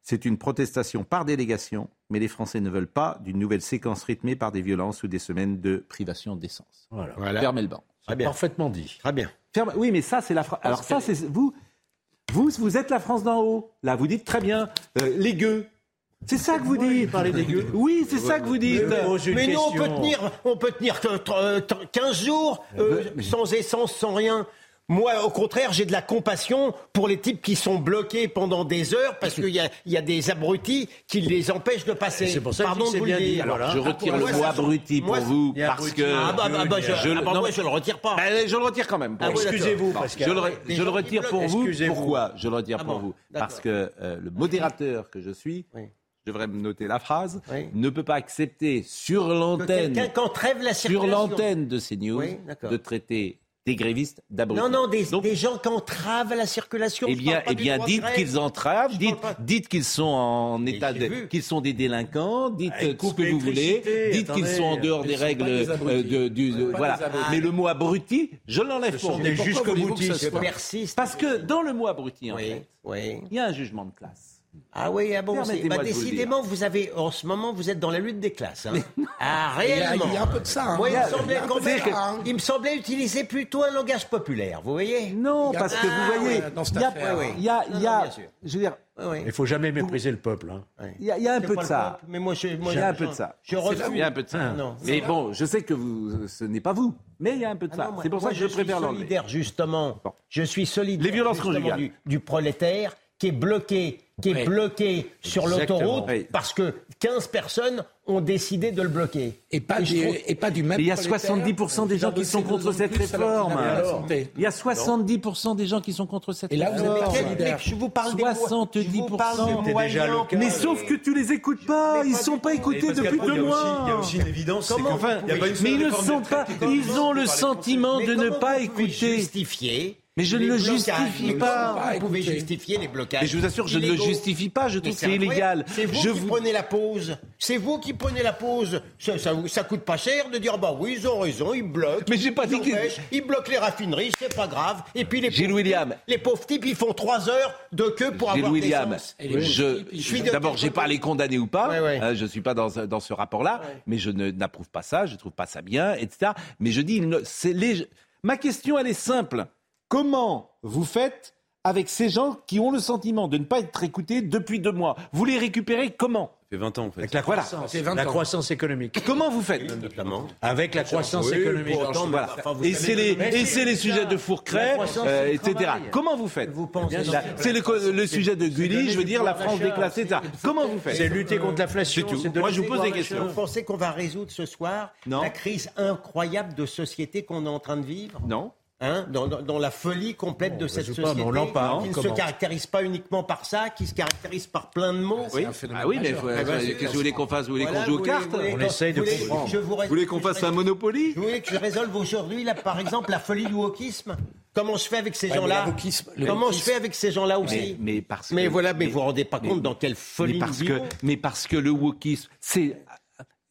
[SPEAKER 1] C'est une protestation par délégation, mais les Français ne veulent pas d'une nouvelle séquence rythmée par des violences ou des semaines de privation d'essence.
[SPEAKER 2] Voilà.
[SPEAKER 1] Fermez le banc.
[SPEAKER 2] C'est parfaitement dit.
[SPEAKER 5] Très bien.
[SPEAKER 1] Ferme- Oui, mais ça, c'est la France. Alors, ça, c'est. Vous, vous, vous êtes la France d'en haut. Là, vous dites très bien, euh, les gueux. C'est ça que vous dites. des gueux. Oui, c'est ça que vous dites.
[SPEAKER 5] Mais oh, nous, on peut tenir, on peut tenir que, euh, t- 15 jours euh, sans essence, sans rien. Moi, au contraire, j'ai de la compassion pour les types qui sont bloqués pendant des heures parce qu'il y a, il y a des abrutis qui les empêchent de passer.
[SPEAKER 2] C'est pour ça que je
[SPEAKER 5] Pardon de
[SPEAKER 2] dis que c'est
[SPEAKER 5] vous
[SPEAKER 2] bien
[SPEAKER 5] le
[SPEAKER 2] dit,
[SPEAKER 5] dire.
[SPEAKER 2] voilà.
[SPEAKER 1] Je retire le mot abruti pour vous parce que.
[SPEAKER 5] Ah bah, bah, bah, je,
[SPEAKER 1] le-
[SPEAKER 5] ah bah,
[SPEAKER 1] non,
[SPEAKER 5] moi,
[SPEAKER 1] mais-
[SPEAKER 5] je le retire pas.
[SPEAKER 1] Allez, je le retire quand même.
[SPEAKER 5] Ah oui, d'accord.
[SPEAKER 1] Excusez-vous,
[SPEAKER 5] Bon,
[SPEAKER 1] Pascal. Je le, re-
[SPEAKER 5] Des
[SPEAKER 1] je le
[SPEAKER 5] gens qui
[SPEAKER 1] retire pour
[SPEAKER 5] bloquent.
[SPEAKER 1] vous.
[SPEAKER 5] Excusez-vous.
[SPEAKER 1] Pourquoi Je le retire
[SPEAKER 5] Ah
[SPEAKER 1] pour
[SPEAKER 5] bon,
[SPEAKER 1] vous.
[SPEAKER 5] d'accord.
[SPEAKER 1] Parce que euh, le modérateur que je suis, je devrais me noter la phrase, ne peut pas accepter sur l'antenne,
[SPEAKER 5] quelqu'un qu'entrève la
[SPEAKER 1] sur
[SPEAKER 5] circulation.
[SPEAKER 1] l'antenne de CNews,
[SPEAKER 5] Oui, d'accord.
[SPEAKER 1] de traiter des grévistes d'abrutis.
[SPEAKER 5] Non, non, des, des gens qui entravent la circulation.
[SPEAKER 1] Eh
[SPEAKER 5] Je
[SPEAKER 1] bien,
[SPEAKER 5] parle pas
[SPEAKER 1] eh
[SPEAKER 5] du
[SPEAKER 1] bien,
[SPEAKER 5] droit de
[SPEAKER 1] dites
[SPEAKER 5] grève.
[SPEAKER 1] qu'ils entravent, dites, dites qu'ils sont en état,
[SPEAKER 5] j'ai
[SPEAKER 1] de-
[SPEAKER 5] vu.
[SPEAKER 1] qu'ils sont des délinquants, dites
[SPEAKER 2] Ah, ils
[SPEAKER 1] euh, tout ce
[SPEAKER 2] coupent
[SPEAKER 1] que vous voulez,
[SPEAKER 2] l'électricité,
[SPEAKER 1] dites qu'ils
[SPEAKER 2] attendez,
[SPEAKER 1] sont en dehors
[SPEAKER 2] ils
[SPEAKER 1] des
[SPEAKER 2] sont pas
[SPEAKER 1] règles
[SPEAKER 2] des
[SPEAKER 1] euh,
[SPEAKER 2] abrutis.
[SPEAKER 1] de- du,
[SPEAKER 2] Ils sont pas
[SPEAKER 1] voilà.
[SPEAKER 2] des abrutis.
[SPEAKER 1] Mais le mot abruti, je l'enlève
[SPEAKER 2] Ce
[SPEAKER 1] pour
[SPEAKER 2] sont
[SPEAKER 1] vous.
[SPEAKER 2] des
[SPEAKER 1] Pourquoi
[SPEAKER 2] jusqu'au
[SPEAKER 1] voulez-vous
[SPEAKER 2] boutistes,
[SPEAKER 1] que ce soit
[SPEAKER 5] persiste.
[SPEAKER 1] Parce que dans le mot abruti, en
[SPEAKER 5] Oui,
[SPEAKER 1] fait,
[SPEAKER 5] oui.
[SPEAKER 1] il y a un jugement de classe.
[SPEAKER 5] Ah oui, ah bon, c'est-
[SPEAKER 1] Permettez-moi
[SPEAKER 5] bah,
[SPEAKER 1] de vous le
[SPEAKER 5] décidément, vous, avez, en ce moment, vous êtes dans la lutte des classes. hein. Ah,
[SPEAKER 3] Il y a-
[SPEAKER 5] réellement.
[SPEAKER 3] il y a un peu de ça, hein.
[SPEAKER 5] Moi, il,
[SPEAKER 3] Il y a-
[SPEAKER 5] me semblait
[SPEAKER 3] il y a un
[SPEAKER 5] qu'en
[SPEAKER 3] peu de
[SPEAKER 5] fait,
[SPEAKER 3] ça, hein.
[SPEAKER 5] il me semblait utiliser plutôt un langage populaire, vous voyez
[SPEAKER 1] Non,
[SPEAKER 5] Il y a-
[SPEAKER 1] parce que
[SPEAKER 5] Ah,
[SPEAKER 1] vous voyez,
[SPEAKER 5] ouais, dans cette
[SPEAKER 1] il y a,
[SPEAKER 5] affaire, ouais.
[SPEAKER 1] il y a,
[SPEAKER 5] Non,
[SPEAKER 1] il y
[SPEAKER 5] non,
[SPEAKER 1] a-
[SPEAKER 5] bien sûr.
[SPEAKER 1] je veux dire,
[SPEAKER 2] Il faut jamais mépriser le peuple. hein.
[SPEAKER 1] il y a, il y a un
[SPEAKER 5] C'est pas
[SPEAKER 1] peu de
[SPEAKER 5] le
[SPEAKER 1] ça.
[SPEAKER 5] peuple, mais moi, je- moi,
[SPEAKER 1] il y a
[SPEAKER 5] je-
[SPEAKER 1] un peu de ça.
[SPEAKER 5] je refuse. Ah
[SPEAKER 1] Il y a un peu de ça.
[SPEAKER 5] Non, c'est
[SPEAKER 1] mais
[SPEAKER 5] là.
[SPEAKER 1] bon, je sais que vous, ce n'est pas vous, mais il y a un peu de ça.
[SPEAKER 5] Ah Non, moi-
[SPEAKER 1] C'est pour ça
[SPEAKER 5] moi,
[SPEAKER 1] que je préfère
[SPEAKER 5] suis
[SPEAKER 1] l'enlever.
[SPEAKER 5] solidaire, justement. Je suis solidaire. Les
[SPEAKER 1] violences conjugales.
[SPEAKER 5] Du, du prolétaire qui est bloqué, qui est
[SPEAKER 1] Oui.
[SPEAKER 5] bloqué sur
[SPEAKER 1] Exactement.
[SPEAKER 5] l'autoroute
[SPEAKER 1] Oui.
[SPEAKER 5] parce que 15 personnes ont décidé de le bloquer.
[SPEAKER 3] Et pas,
[SPEAKER 5] je
[SPEAKER 3] des-
[SPEAKER 5] trouve-
[SPEAKER 3] et pas du même.
[SPEAKER 1] Mais il y a
[SPEAKER 3] prolétaire
[SPEAKER 1] 70% des
[SPEAKER 3] qui
[SPEAKER 1] gens
[SPEAKER 3] va
[SPEAKER 1] qui sont
[SPEAKER 3] bosser deux
[SPEAKER 1] contre
[SPEAKER 3] ans de
[SPEAKER 1] cette
[SPEAKER 3] plus alors qu'il
[SPEAKER 1] réforme.
[SPEAKER 3] n'a pas la
[SPEAKER 1] Alors,
[SPEAKER 3] santé.
[SPEAKER 1] Il y a 70% des gens qui sont contre cette
[SPEAKER 3] Et là, vous avez
[SPEAKER 1] réforme.
[SPEAKER 3] été
[SPEAKER 5] Mais
[SPEAKER 3] solidaire.
[SPEAKER 5] je vous parle des mois- je vous parle des
[SPEAKER 1] 70%.
[SPEAKER 5] moyens
[SPEAKER 1] Mais
[SPEAKER 5] que-
[SPEAKER 1] sauf que tu les écoutes pas, ils sont pas
[SPEAKER 8] Et
[SPEAKER 1] écoutés
[SPEAKER 8] parce
[SPEAKER 1] depuis
[SPEAKER 8] qu'après, il y
[SPEAKER 1] deux
[SPEAKER 8] a aussi-
[SPEAKER 1] mois.
[SPEAKER 8] Il y a aussi une évidence, c'est
[SPEAKER 5] Comment
[SPEAKER 8] qu'en
[SPEAKER 5] vous
[SPEAKER 8] fait, il y a
[SPEAKER 5] pouvez-
[SPEAKER 8] pas une seule
[SPEAKER 1] Mais ils ne
[SPEAKER 8] réforme des
[SPEAKER 1] sont
[SPEAKER 8] retraites
[SPEAKER 1] pas,
[SPEAKER 8] qui correspond
[SPEAKER 1] ils ont le
[SPEAKER 8] par les
[SPEAKER 1] sentiment
[SPEAKER 5] Mais
[SPEAKER 1] de ne
[SPEAKER 5] comment
[SPEAKER 1] pas
[SPEAKER 5] vous pouvez
[SPEAKER 1] écouter.
[SPEAKER 5] justifier
[SPEAKER 1] Mais je ne
[SPEAKER 5] Les
[SPEAKER 1] le
[SPEAKER 5] blocages,
[SPEAKER 1] justifie
[SPEAKER 5] ils
[SPEAKER 1] pas.
[SPEAKER 5] sont Vous pouvez
[SPEAKER 1] Écoutez.
[SPEAKER 5] justifier les blocages.
[SPEAKER 1] Mais je vous assure, je ne le
[SPEAKER 5] illégaux.
[SPEAKER 1] justifie pas, je
[SPEAKER 5] Mais
[SPEAKER 1] trouve que c'est
[SPEAKER 5] incroyable.
[SPEAKER 1] illégal.
[SPEAKER 5] C'est vous
[SPEAKER 1] Je
[SPEAKER 5] qui
[SPEAKER 1] vous-
[SPEAKER 5] prenez la pause. C'est vous qui prenez la pause. Ça, ça, vous- ça coûte pas cher de dire bah oui, ils ont raison, ils bloquent. Mais j'ai pas dit qu'ils ils bloquent les raffineries, c'est pas grave. Et puis les pauvres,
[SPEAKER 1] William.
[SPEAKER 5] les pauvres types, ils font trois heures de queue pour
[SPEAKER 1] Gilles
[SPEAKER 5] avoir
[SPEAKER 1] William,
[SPEAKER 5] des
[SPEAKER 1] je, je- d'abord, j'ai pas à les condamner ou pas. hein, je suis pas dans, ce- dans ce rapport-là, mais je ne- n'approuve pas ça, je trouve pas ça bien, etc. Mais je dis, il ne- c'est les- ma question, elle est simple. Comment vous faites avec ces gens qui ont le sentiment de ne pas être écoutés depuis deux mois Vous les récupérez comment
[SPEAKER 8] Ça fait 20 ans, en fait.
[SPEAKER 1] Avec la, voilà.
[SPEAKER 2] La croissance économique.
[SPEAKER 1] Comment vous faites
[SPEAKER 2] Avec la croissance
[SPEAKER 1] Oui,
[SPEAKER 2] économique.
[SPEAKER 1] pour autant, mais
[SPEAKER 2] Voilà.
[SPEAKER 1] enfin, vous savez comment- Mais si, c'est ça. La croissance,
[SPEAKER 2] euh,
[SPEAKER 1] c'est le travail.
[SPEAKER 2] Comment vous faites
[SPEAKER 1] Bien sûr. C'est le, co- le sujet de Gulli, je veux dire, la France déclassée, etc. Comment vous faites C'est tout. Moi, je vous pose des questions.
[SPEAKER 5] Vous pensez qu'on va résoudre ce soir la crise incroyable de société qu'on est en train de vivre
[SPEAKER 1] Non.
[SPEAKER 5] Hein, dans, dans- dans la folie complète de cette
[SPEAKER 1] résout
[SPEAKER 5] société
[SPEAKER 1] pas, mais on hein. en parle,
[SPEAKER 5] qui
[SPEAKER 1] on
[SPEAKER 5] ne se
[SPEAKER 1] commence.
[SPEAKER 5] caractérise pas uniquement par ça, qui se caractérise par plein de mots.
[SPEAKER 1] Oui. un phénomène Ah oui, mais majeur. faut-
[SPEAKER 5] Ah bah,
[SPEAKER 1] qu'est-ce
[SPEAKER 5] c'est-
[SPEAKER 1] que vous voulez qu'on fasse Vous voulez
[SPEAKER 5] Voilà,
[SPEAKER 1] qu'on joue aux
[SPEAKER 5] vous
[SPEAKER 1] cartes
[SPEAKER 5] voulez- vous
[SPEAKER 1] On
[SPEAKER 5] voulez-
[SPEAKER 1] essaye de
[SPEAKER 5] vous voulez-
[SPEAKER 1] comprendre.
[SPEAKER 5] je Vous
[SPEAKER 1] voulez qu'on fasse un Monopoly
[SPEAKER 5] Je voulais que je résolve aujourd'hui, là, par exemple, la folie du wokisme. Comment je fais avec ces gens-là Comment je fais avec ces gens-là aussi
[SPEAKER 1] mais, mais parce
[SPEAKER 5] Mais
[SPEAKER 1] que-
[SPEAKER 5] voilà, mais vous vous rendez pas compte dans quelle folie
[SPEAKER 1] mais parce
[SPEAKER 5] nous
[SPEAKER 1] que,
[SPEAKER 5] vivons.
[SPEAKER 1] mais parce que le wokisme, c'est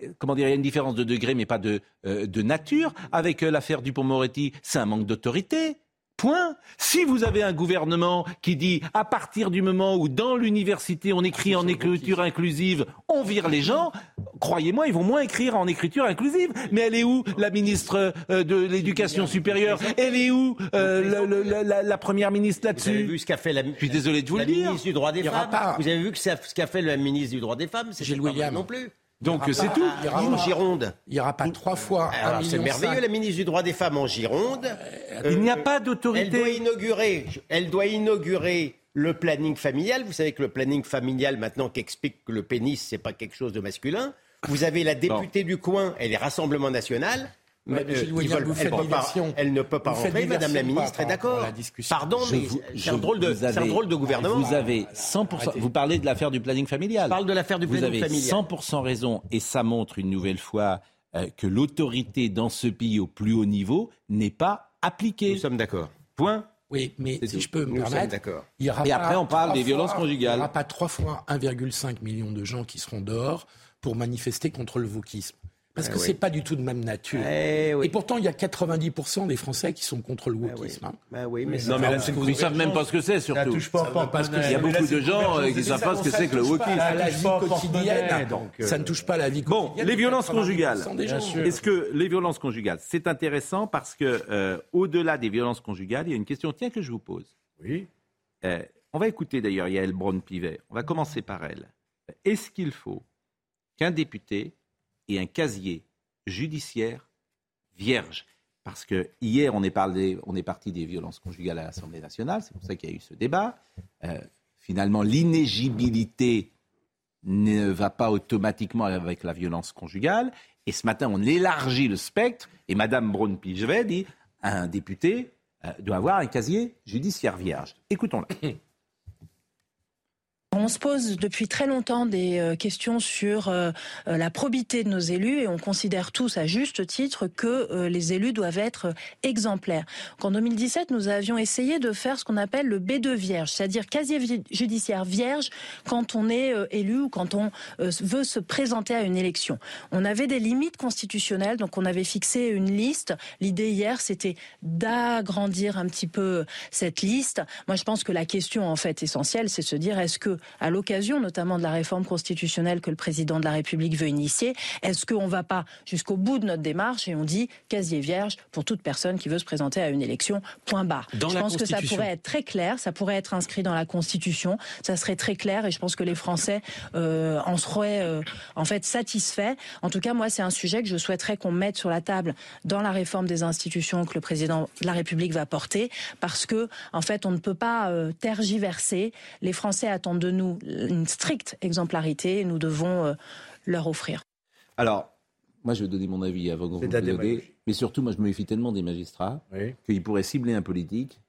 [SPEAKER 1] euh, comment dire, il y a une différence de degré, mais pas de, euh, de nature. Avec euh, l'affaire du Moretti, c'est un manque d'autorité. Point. Si vous avez un gouvernement qui dit à partir du moment où dans l'université on écrit en écriture inclusive, on vire les gens, croyez-moi, ils vont moins écrire en écriture inclusive. Mais elle est où la ministre euh, de l'Éducation supérieure Elle est où euh, le- le- la, la- la première ministre là-dessus
[SPEAKER 5] Vous avez vu ce qu'a fait la,
[SPEAKER 1] Je suis désolé de vous
[SPEAKER 5] la
[SPEAKER 1] le dire.
[SPEAKER 5] ministre du droit des
[SPEAKER 1] Il y aura
[SPEAKER 5] femmes.
[SPEAKER 1] pas.
[SPEAKER 5] Vous avez vu que ça- ce qu'a fait le ministre du droit des femmes, c'est Gilles William non plus.
[SPEAKER 1] Donc,
[SPEAKER 5] Il y aura
[SPEAKER 1] c'est
[SPEAKER 5] pas-
[SPEAKER 1] tout. Ah,
[SPEAKER 5] Il y aura une
[SPEAKER 1] pas-
[SPEAKER 5] Gironde.
[SPEAKER 3] Il n'y aura pas trois fois.
[SPEAKER 5] Alors,
[SPEAKER 3] Ah,
[SPEAKER 5] Ah,
[SPEAKER 3] un
[SPEAKER 5] c'est
[SPEAKER 3] million
[SPEAKER 5] merveilleux,
[SPEAKER 3] cinq.
[SPEAKER 5] la ministre du droit des femmes en Gironde. Euh,
[SPEAKER 1] Il n'y a pas d'autorité.
[SPEAKER 5] Elle doit inaugurer. Elle doit inaugurer. Le planning familial, vous savez que le planning familial, maintenant qu'explique que le pénis, c'est pas quelque chose de masculin. Vous avez la députée du coin, elle est Rassemblement National.
[SPEAKER 3] Ouais,
[SPEAKER 1] euh,
[SPEAKER 5] Mais, euh,
[SPEAKER 3] mais Gilles
[SPEAKER 5] ils
[SPEAKER 3] William,
[SPEAKER 5] veulent-
[SPEAKER 3] vous
[SPEAKER 5] elle,
[SPEAKER 3] faites
[SPEAKER 5] peut pas,
[SPEAKER 3] diversion.
[SPEAKER 5] elle ne peut pas
[SPEAKER 3] Vous faites
[SPEAKER 5] rentrer, Madame la
[SPEAKER 3] diversion par
[SPEAKER 5] Ministre est
[SPEAKER 3] rapport à
[SPEAKER 5] d'accord.
[SPEAKER 3] la discussion.
[SPEAKER 5] Pardon,
[SPEAKER 1] Je
[SPEAKER 5] mais
[SPEAKER 1] vous-
[SPEAKER 5] c'est
[SPEAKER 1] je
[SPEAKER 5] un drôle de,
[SPEAKER 1] vous
[SPEAKER 5] c'est un
[SPEAKER 1] avez-
[SPEAKER 5] drôle de gouvernement.
[SPEAKER 1] Vous avez 100%.
[SPEAKER 5] Arrêtez.
[SPEAKER 1] Vous parlez de l'affaire du planning familial. Je
[SPEAKER 5] parle de l'affaire du planning
[SPEAKER 1] Vous avez
[SPEAKER 5] familial.
[SPEAKER 1] 100% raison et ça montre une nouvelle fois euh, que l'autorité dans ce pays au plus haut niveau n'est pas appliquée. Nous
[SPEAKER 5] sommes d'accord.
[SPEAKER 1] Point.
[SPEAKER 3] Oui, mais
[SPEAKER 1] C'est
[SPEAKER 3] si
[SPEAKER 1] tout.
[SPEAKER 3] je peux me
[SPEAKER 1] Nous sommes
[SPEAKER 3] permettre,
[SPEAKER 1] d'accord.
[SPEAKER 3] il y aura
[SPEAKER 1] Et
[SPEAKER 3] pas
[SPEAKER 1] après, on parle
[SPEAKER 3] trois
[SPEAKER 1] des violences
[SPEAKER 3] fois-
[SPEAKER 1] conjugales.
[SPEAKER 3] Il n'y aura pas trois fois 1,5 million de gens qui seront dehors pour manifester contre le wokisme. Parce
[SPEAKER 5] Eh
[SPEAKER 3] que
[SPEAKER 5] oui.
[SPEAKER 3] c'est pas du tout de même nature.
[SPEAKER 5] Eh oui.
[SPEAKER 3] Et pourtant, il y a 90% des Français qui sont contre le
[SPEAKER 1] Eh
[SPEAKER 3] wokisme. hein.
[SPEAKER 5] Bah oui, mais
[SPEAKER 1] Non, mais là, c'est- ils savent même pas ce que c'est, surtout. Ça va pas se- Il y a beaucoup de gens euh, qui ne savent pas ce que c'est que le
[SPEAKER 3] wokisme.
[SPEAKER 1] wokisme.
[SPEAKER 3] la vie quotidienne. euh,
[SPEAKER 1] euh,
[SPEAKER 3] Ça ne touche pas à la vie
[SPEAKER 1] Bon,
[SPEAKER 3] quotidienne.
[SPEAKER 1] les
[SPEAKER 3] de
[SPEAKER 1] violences
[SPEAKER 3] 90%
[SPEAKER 1] conjugales.
[SPEAKER 3] des gens.
[SPEAKER 1] Est-ce que les violences conjugales, c'est intéressant parce que euh, au-delà des violences conjugales, il y a une question tiens que je vous pose.
[SPEAKER 2] Oui.
[SPEAKER 1] Euh, on va écouter d'ailleurs Yael Braun-Pivet. On va commencer par elle. Est-ce qu'il faut qu'un député ait un casier judiciaire vierge Parce que hier, on est, parlé, on est parti des violences conjugales à l'Assemblée nationale. C'est pour ça qu'il y a eu ce débat. Euh, finalement, l'inégibilité ne va pas automatiquement avec la violence conjugale. Et ce matin, on élargit le spectre. Et Madame Braun-Pivet dit un député euh, doit avoir un casier judiciaire vierge. Écoutons-la.
[SPEAKER 7] On se pose depuis très longtemps des euh, questions sur euh, euh, la probité de nos élus et on considère tous à juste titre que euh, les élus doivent être euh, exemplaires. En 2017, nous avions essayé de faire ce qu'on appelle le B2 vierge, c'est-à-dire casier vi- judiciaire vierge quand on est euh, élu ou quand on euh, veut se présenter à une élection. On avait des limites constitutionnelles, donc on avait fixé une liste. L'idée hier, c'était d'agrandir un petit peu cette liste. Moi, je pense que la question en fait essentielle, c'est de se dire est-ce que, à l'occasion notamment de la réforme constitutionnelle que le président de la République veut initier, est-ce qu'on va pas jusqu'au bout de notre démarche et on dit casier vierge pour toute personne qui veut se présenter à une élection, point barre.
[SPEAKER 22] Dans
[SPEAKER 7] je
[SPEAKER 22] la
[SPEAKER 7] pense que ça
[SPEAKER 22] Constitution.
[SPEAKER 7] pourrait être très clair, ça pourrait être inscrit dans la Constitution, ça serait très clair et je pense que les Français euh, en seraient euh, en fait satisfaits. En tout cas, moi, c'est un sujet que je souhaiterais qu'on mette sur la table dans la réforme des institutions que le président de la République va porter, parce que en fait, on ne peut pas euh, tergiverser. Les Français attendent de nous une stricte exemplarité et nous devons euh, leur offrir.
[SPEAKER 1] Alors, moi, je vais donner mon avis avant que vous
[SPEAKER 7] C'est
[SPEAKER 1] me
[SPEAKER 7] de la
[SPEAKER 1] donniez.
[SPEAKER 7] démagogie.
[SPEAKER 1] Mais surtout, moi, je me méfie tellement des magistrats qu'ils pourraient cibler un politique,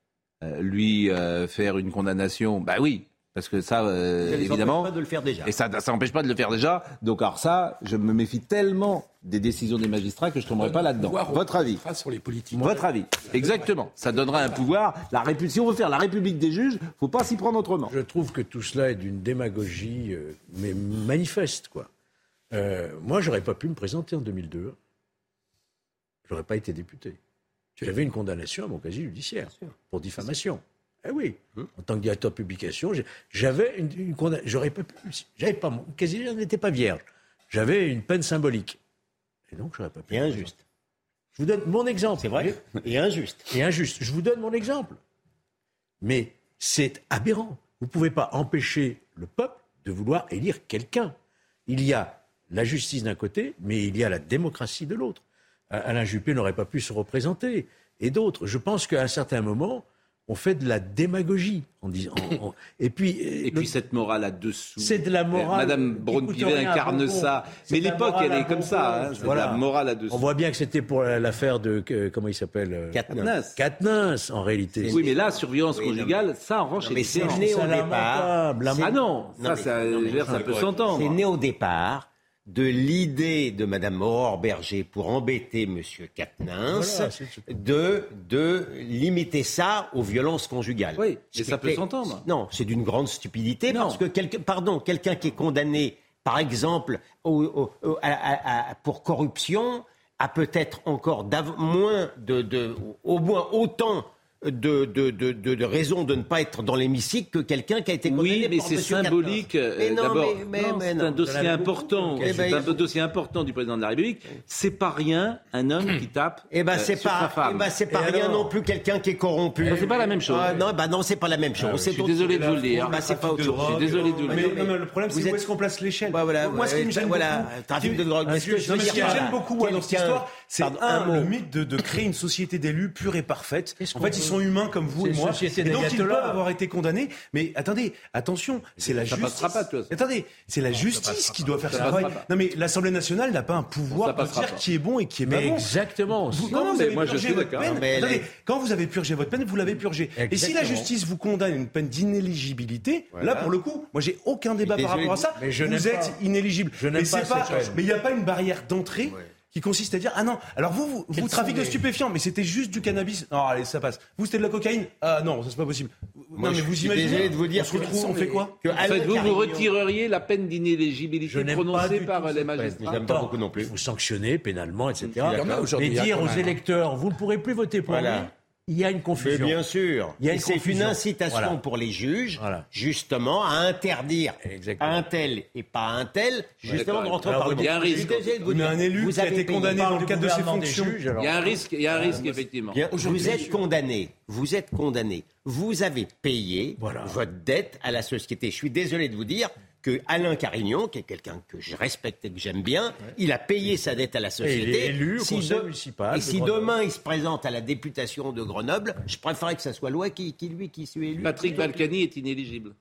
[SPEAKER 1] euh, lui euh, faire une condamnation. Bah oui, Parce que ça, euh,
[SPEAKER 5] Ça les
[SPEAKER 1] évidemment.
[SPEAKER 5] empêche pas de le faire déjà.
[SPEAKER 1] Et ça ça n'empêche pas de le faire déjà. Donc, alors ça, je me méfie tellement des décisions des magistrats que je ne tomberai pas là-dedans. Votre avis
[SPEAKER 3] sur les politiques.
[SPEAKER 1] Votre avis. Exactement. Ça donnera un pouvoir. La répu- si on veut faire la République des juges, faut pas s'y prendre autrement.
[SPEAKER 2] Je trouve que tout cela est d'une démagogie, euh, mais manifeste, quoi. Euh, moi, j'aurais pas pu me présenter en 2002. J'aurais pas été député. J'avais une condamnation à mon casier judiciaire pour diffamation. Eh oui. En tant que directeur de publication, j'ai- j'avais une, une condamnation. J'aurais pas pu. J'avais pas mon casier judiciaire n'était pas vierge. J'avais une peine symbolique. Et donc, j'aurais pas pu. Et injuste. Je vous donne mon exemple. C'est vrai.
[SPEAKER 5] Et injuste.
[SPEAKER 2] Et injuste. Je vous donne mon exemple. Mais c'est aberrant. Vous ne pouvez pas empêcher le peuple de vouloir élire quelqu'un. Il y a la justice d'un côté, mais il y a la démocratie de l'autre. A- Alain Juppé n'aurait pas pu se représenter. Et d'autres. Je pense qu'à un certain moment, on fait de la démagogie. en disant- en- en- et puis, euh,
[SPEAKER 1] Et puis cette morale à dessous.
[SPEAKER 2] C'est de la morale.
[SPEAKER 1] Madame
[SPEAKER 2] Écoute
[SPEAKER 1] Braun-Pivet
[SPEAKER 2] rien à
[SPEAKER 1] incarne
[SPEAKER 2] Bonbon.
[SPEAKER 1] ça.
[SPEAKER 2] C'est
[SPEAKER 1] Mais
[SPEAKER 2] de la
[SPEAKER 1] l'époque,
[SPEAKER 2] morale
[SPEAKER 1] elle
[SPEAKER 2] à
[SPEAKER 1] est comme
[SPEAKER 2] Bonbon.
[SPEAKER 1] ça. hein. C'est de la morale à dessous.
[SPEAKER 2] On voit bien que c'était pour la- l'affaire de. euh, comment il s'appelle euh,
[SPEAKER 1] Quatennens.
[SPEAKER 2] Quatennens, en réalité.
[SPEAKER 1] Oui, mais là, surveillance conjugale, ça, en revanche,
[SPEAKER 5] mais
[SPEAKER 1] c'est
[SPEAKER 5] c'est
[SPEAKER 1] différent.
[SPEAKER 5] né au départ.
[SPEAKER 1] Ah non,
[SPEAKER 5] Non,
[SPEAKER 1] ça,
[SPEAKER 5] mais-
[SPEAKER 1] ça,
[SPEAKER 5] non,
[SPEAKER 1] je
[SPEAKER 5] mais-
[SPEAKER 1] veux dire, ça peut
[SPEAKER 5] C'est
[SPEAKER 1] s'entendre.
[SPEAKER 5] né au départ de l'idée de Madame Aurore Berger pour embêter Monsieur Quatennens
[SPEAKER 1] Voilà, c'est-
[SPEAKER 5] de, de limiter ça aux violences conjugales. Oui,
[SPEAKER 1] mais ça peut s'entendre.
[SPEAKER 5] Non, c'est d'une grande stupidité parce que quelqu'un, pardon, quelqu'un qui est condamné, par exemple, au- au- au- à- à- à- pour corruption, a peut-être encore dav- moins de, de- au moins autant. De, de, de, de- de raisons de ne pas être dans l'hémicycle que quelqu'un qui a été condamné
[SPEAKER 1] Oui, mais
[SPEAKER 5] par
[SPEAKER 1] c'est
[SPEAKER 5] Monsieur Quatennens.
[SPEAKER 1] symbolique. euh,
[SPEAKER 5] Mais non,
[SPEAKER 1] D'abord,
[SPEAKER 5] mais- mais-
[SPEAKER 1] Non,
[SPEAKER 5] mais
[SPEAKER 1] c'est
[SPEAKER 5] non.
[SPEAKER 1] un dossier
[SPEAKER 5] Il y en a beaucoup.
[SPEAKER 1] important.
[SPEAKER 5] Eh ben,
[SPEAKER 1] C'est un dossier important du président de la République. C'est pas rien un homme qui tape
[SPEAKER 5] Eh ben
[SPEAKER 1] euh,
[SPEAKER 5] c'est
[SPEAKER 1] sur sa
[SPEAKER 5] pas,
[SPEAKER 1] femme.
[SPEAKER 5] eh ben, c'est pas rien non plus quelqu'un qui est corrompu.
[SPEAKER 1] Ben, c'est pas la même chose.
[SPEAKER 5] Ah, non, bah non, c'est pas la même chose.
[SPEAKER 1] Ah oui.
[SPEAKER 5] C'est
[SPEAKER 1] Je suis
[SPEAKER 5] autre
[SPEAKER 1] désolé
[SPEAKER 5] chose.
[SPEAKER 1] de vous le dire.
[SPEAKER 5] Bah, c'est pas autre chose.
[SPEAKER 1] Je suis désolé de vous le
[SPEAKER 5] Mais-
[SPEAKER 1] dire.
[SPEAKER 5] non, mais le problème, c'est où est-ce
[SPEAKER 8] qu'on place l'échelle
[SPEAKER 5] voilà,
[SPEAKER 8] Moi, ce qui
[SPEAKER 5] ouais,
[SPEAKER 8] me gêne
[SPEAKER 5] voilà,
[SPEAKER 8] beaucoup,
[SPEAKER 5] trafic de
[SPEAKER 8] qui-
[SPEAKER 5] drogue.
[SPEAKER 8] Ah,
[SPEAKER 5] Ce que je veux
[SPEAKER 8] non, mais ce
[SPEAKER 5] dire
[SPEAKER 8] qui me
[SPEAKER 5] par
[SPEAKER 8] gêne
[SPEAKER 5] là,
[SPEAKER 8] beaucoup moi, dans cette
[SPEAKER 5] quelqu'un-
[SPEAKER 8] histoire, c'est
[SPEAKER 5] Pardon,
[SPEAKER 8] un,
[SPEAKER 5] un
[SPEAKER 8] le
[SPEAKER 5] mot.
[SPEAKER 8] mythe de, de créer une société d'élus pure et parfaite. En
[SPEAKER 5] qu'on
[SPEAKER 8] fait, ils
[SPEAKER 5] peut-
[SPEAKER 8] sont humains comme vous
[SPEAKER 5] C'est
[SPEAKER 8] et
[SPEAKER 5] une
[SPEAKER 8] moi,
[SPEAKER 5] société
[SPEAKER 8] et donc
[SPEAKER 5] des
[SPEAKER 8] ils peuvent
[SPEAKER 5] gâtelas.
[SPEAKER 8] avoir été condamnés. Mais attendez, attention, c'est la
[SPEAKER 1] Ça
[SPEAKER 8] justice.
[SPEAKER 1] passera pas, de toute façon.
[SPEAKER 8] Attendez, c'est la justice qui doit faire
[SPEAKER 1] Ça
[SPEAKER 8] ce
[SPEAKER 1] passera
[SPEAKER 8] travail.
[SPEAKER 1] pas.
[SPEAKER 8] Non, mais l'Assemblée nationale n'a pas un pouvoir de
[SPEAKER 1] passera
[SPEAKER 8] dire
[SPEAKER 1] pas.
[SPEAKER 8] qui est bon et qui est pas
[SPEAKER 2] Mais
[SPEAKER 8] bon.
[SPEAKER 2] Bah exactement.
[SPEAKER 8] Vous-
[SPEAKER 2] Non,
[SPEAKER 8] quand
[SPEAKER 2] non,
[SPEAKER 8] vous
[SPEAKER 2] mais
[SPEAKER 8] avez
[SPEAKER 2] moi, je
[SPEAKER 8] purgé
[SPEAKER 2] suis
[SPEAKER 8] votre
[SPEAKER 2] d'accord.
[SPEAKER 8] peine-
[SPEAKER 2] Non, mais elle
[SPEAKER 8] attendez,
[SPEAKER 2] est-
[SPEAKER 8] Quand vous avez purgé votre peine, vous l'avez purgée. Et si la
[SPEAKER 2] Exactement.
[SPEAKER 8] justice vous condamne une peine d'inéligibilité,
[SPEAKER 2] Voilà.
[SPEAKER 8] là pour le coup, moi j'ai aucun débat
[SPEAKER 2] Mais
[SPEAKER 8] par
[SPEAKER 2] je
[SPEAKER 8] rapport à
[SPEAKER 2] l'ai
[SPEAKER 8] ça.
[SPEAKER 2] dit. Mais je n'aime
[SPEAKER 8] vous êtes
[SPEAKER 2] pas.
[SPEAKER 8] inéligible.
[SPEAKER 2] Je n'aime
[SPEAKER 8] mais
[SPEAKER 2] pas
[SPEAKER 8] c'est pas.
[SPEAKER 2] cette peine.
[SPEAKER 8] Mais il n'y a pas une barrière d'entrée. Qui consiste à dire ah non alors vous vous, vous
[SPEAKER 2] Quels
[SPEAKER 8] trafiquez
[SPEAKER 2] sont
[SPEAKER 8] de
[SPEAKER 2] les-
[SPEAKER 8] stupéfiants mais c'était juste du cannabis non allez ça passe vous c'était de la cocaïne ah non ça c'est pas possible
[SPEAKER 5] Moi,
[SPEAKER 8] non mais
[SPEAKER 5] je
[SPEAKER 8] vous
[SPEAKER 5] suis
[SPEAKER 8] imaginez
[SPEAKER 5] désolé de vous dire
[SPEAKER 8] on se
[SPEAKER 5] que-
[SPEAKER 8] retrouve on fait quoi
[SPEAKER 5] que
[SPEAKER 1] En fait,
[SPEAKER 5] Alain
[SPEAKER 1] vous, vous
[SPEAKER 5] Carignon-
[SPEAKER 1] retireriez la peine d'inéligibilité
[SPEAKER 2] n'aime
[SPEAKER 1] prononcée
[SPEAKER 2] pas du
[SPEAKER 1] par
[SPEAKER 2] tout
[SPEAKER 1] les
[SPEAKER 2] cette peine.
[SPEAKER 1] magistrats.
[SPEAKER 2] J'aime pas beaucoup non plus. Il faut sanctionner pénalement, etc.
[SPEAKER 5] Il y en a aujourd'hui,
[SPEAKER 2] Et
[SPEAKER 5] il y a
[SPEAKER 2] dire
[SPEAKER 5] quand
[SPEAKER 2] aux
[SPEAKER 1] hein.
[SPEAKER 5] même.
[SPEAKER 2] électeurs, vous ne pourrez plus voter pour
[SPEAKER 5] Voilà.
[SPEAKER 2] lui. Il y a une
[SPEAKER 5] Mais
[SPEAKER 2] confusion.
[SPEAKER 5] bien sûr,
[SPEAKER 2] Il y a
[SPEAKER 5] Et
[SPEAKER 2] une
[SPEAKER 5] c'est une
[SPEAKER 2] confusion.
[SPEAKER 5] incitation
[SPEAKER 2] Voilà.
[SPEAKER 5] pour les juges, justement, à interdire un tel et pas un tel, justement,
[SPEAKER 1] d'accord.
[SPEAKER 5] de rentrer
[SPEAKER 1] Alors,
[SPEAKER 5] par le
[SPEAKER 1] il y a un
[SPEAKER 5] Je suis
[SPEAKER 1] risque.
[SPEAKER 5] désolé de vous
[SPEAKER 8] Mais
[SPEAKER 5] dire,
[SPEAKER 8] un élu
[SPEAKER 5] vous
[SPEAKER 8] qui a
[SPEAKER 5] avez
[SPEAKER 8] été
[SPEAKER 5] payé.
[SPEAKER 8] condamné dans le cadre de ses
[SPEAKER 5] gouvernement des
[SPEAKER 8] fonctions.
[SPEAKER 5] juges, alors.
[SPEAKER 1] Il y a un risque, il y a un risque, effectivement.
[SPEAKER 5] Bien, vous êtes condamné, vous êtes condamné, vous avez payé votre dette à la société. Je suis désolé de vous dire que Alain Carignon, qui est quelqu'un que je respecte et que j'aime bien, il a payé sa dette à la société.
[SPEAKER 2] il est élu au conseil
[SPEAKER 5] de-
[SPEAKER 2] municipal
[SPEAKER 5] Et
[SPEAKER 2] de
[SPEAKER 5] si
[SPEAKER 2] Grenoble.
[SPEAKER 5] demain il se présente à la députation de Grenoble, je préférerais que ça soit loi qui, qui lui qui soit élu.
[SPEAKER 1] Patrick Balkany est inéligible.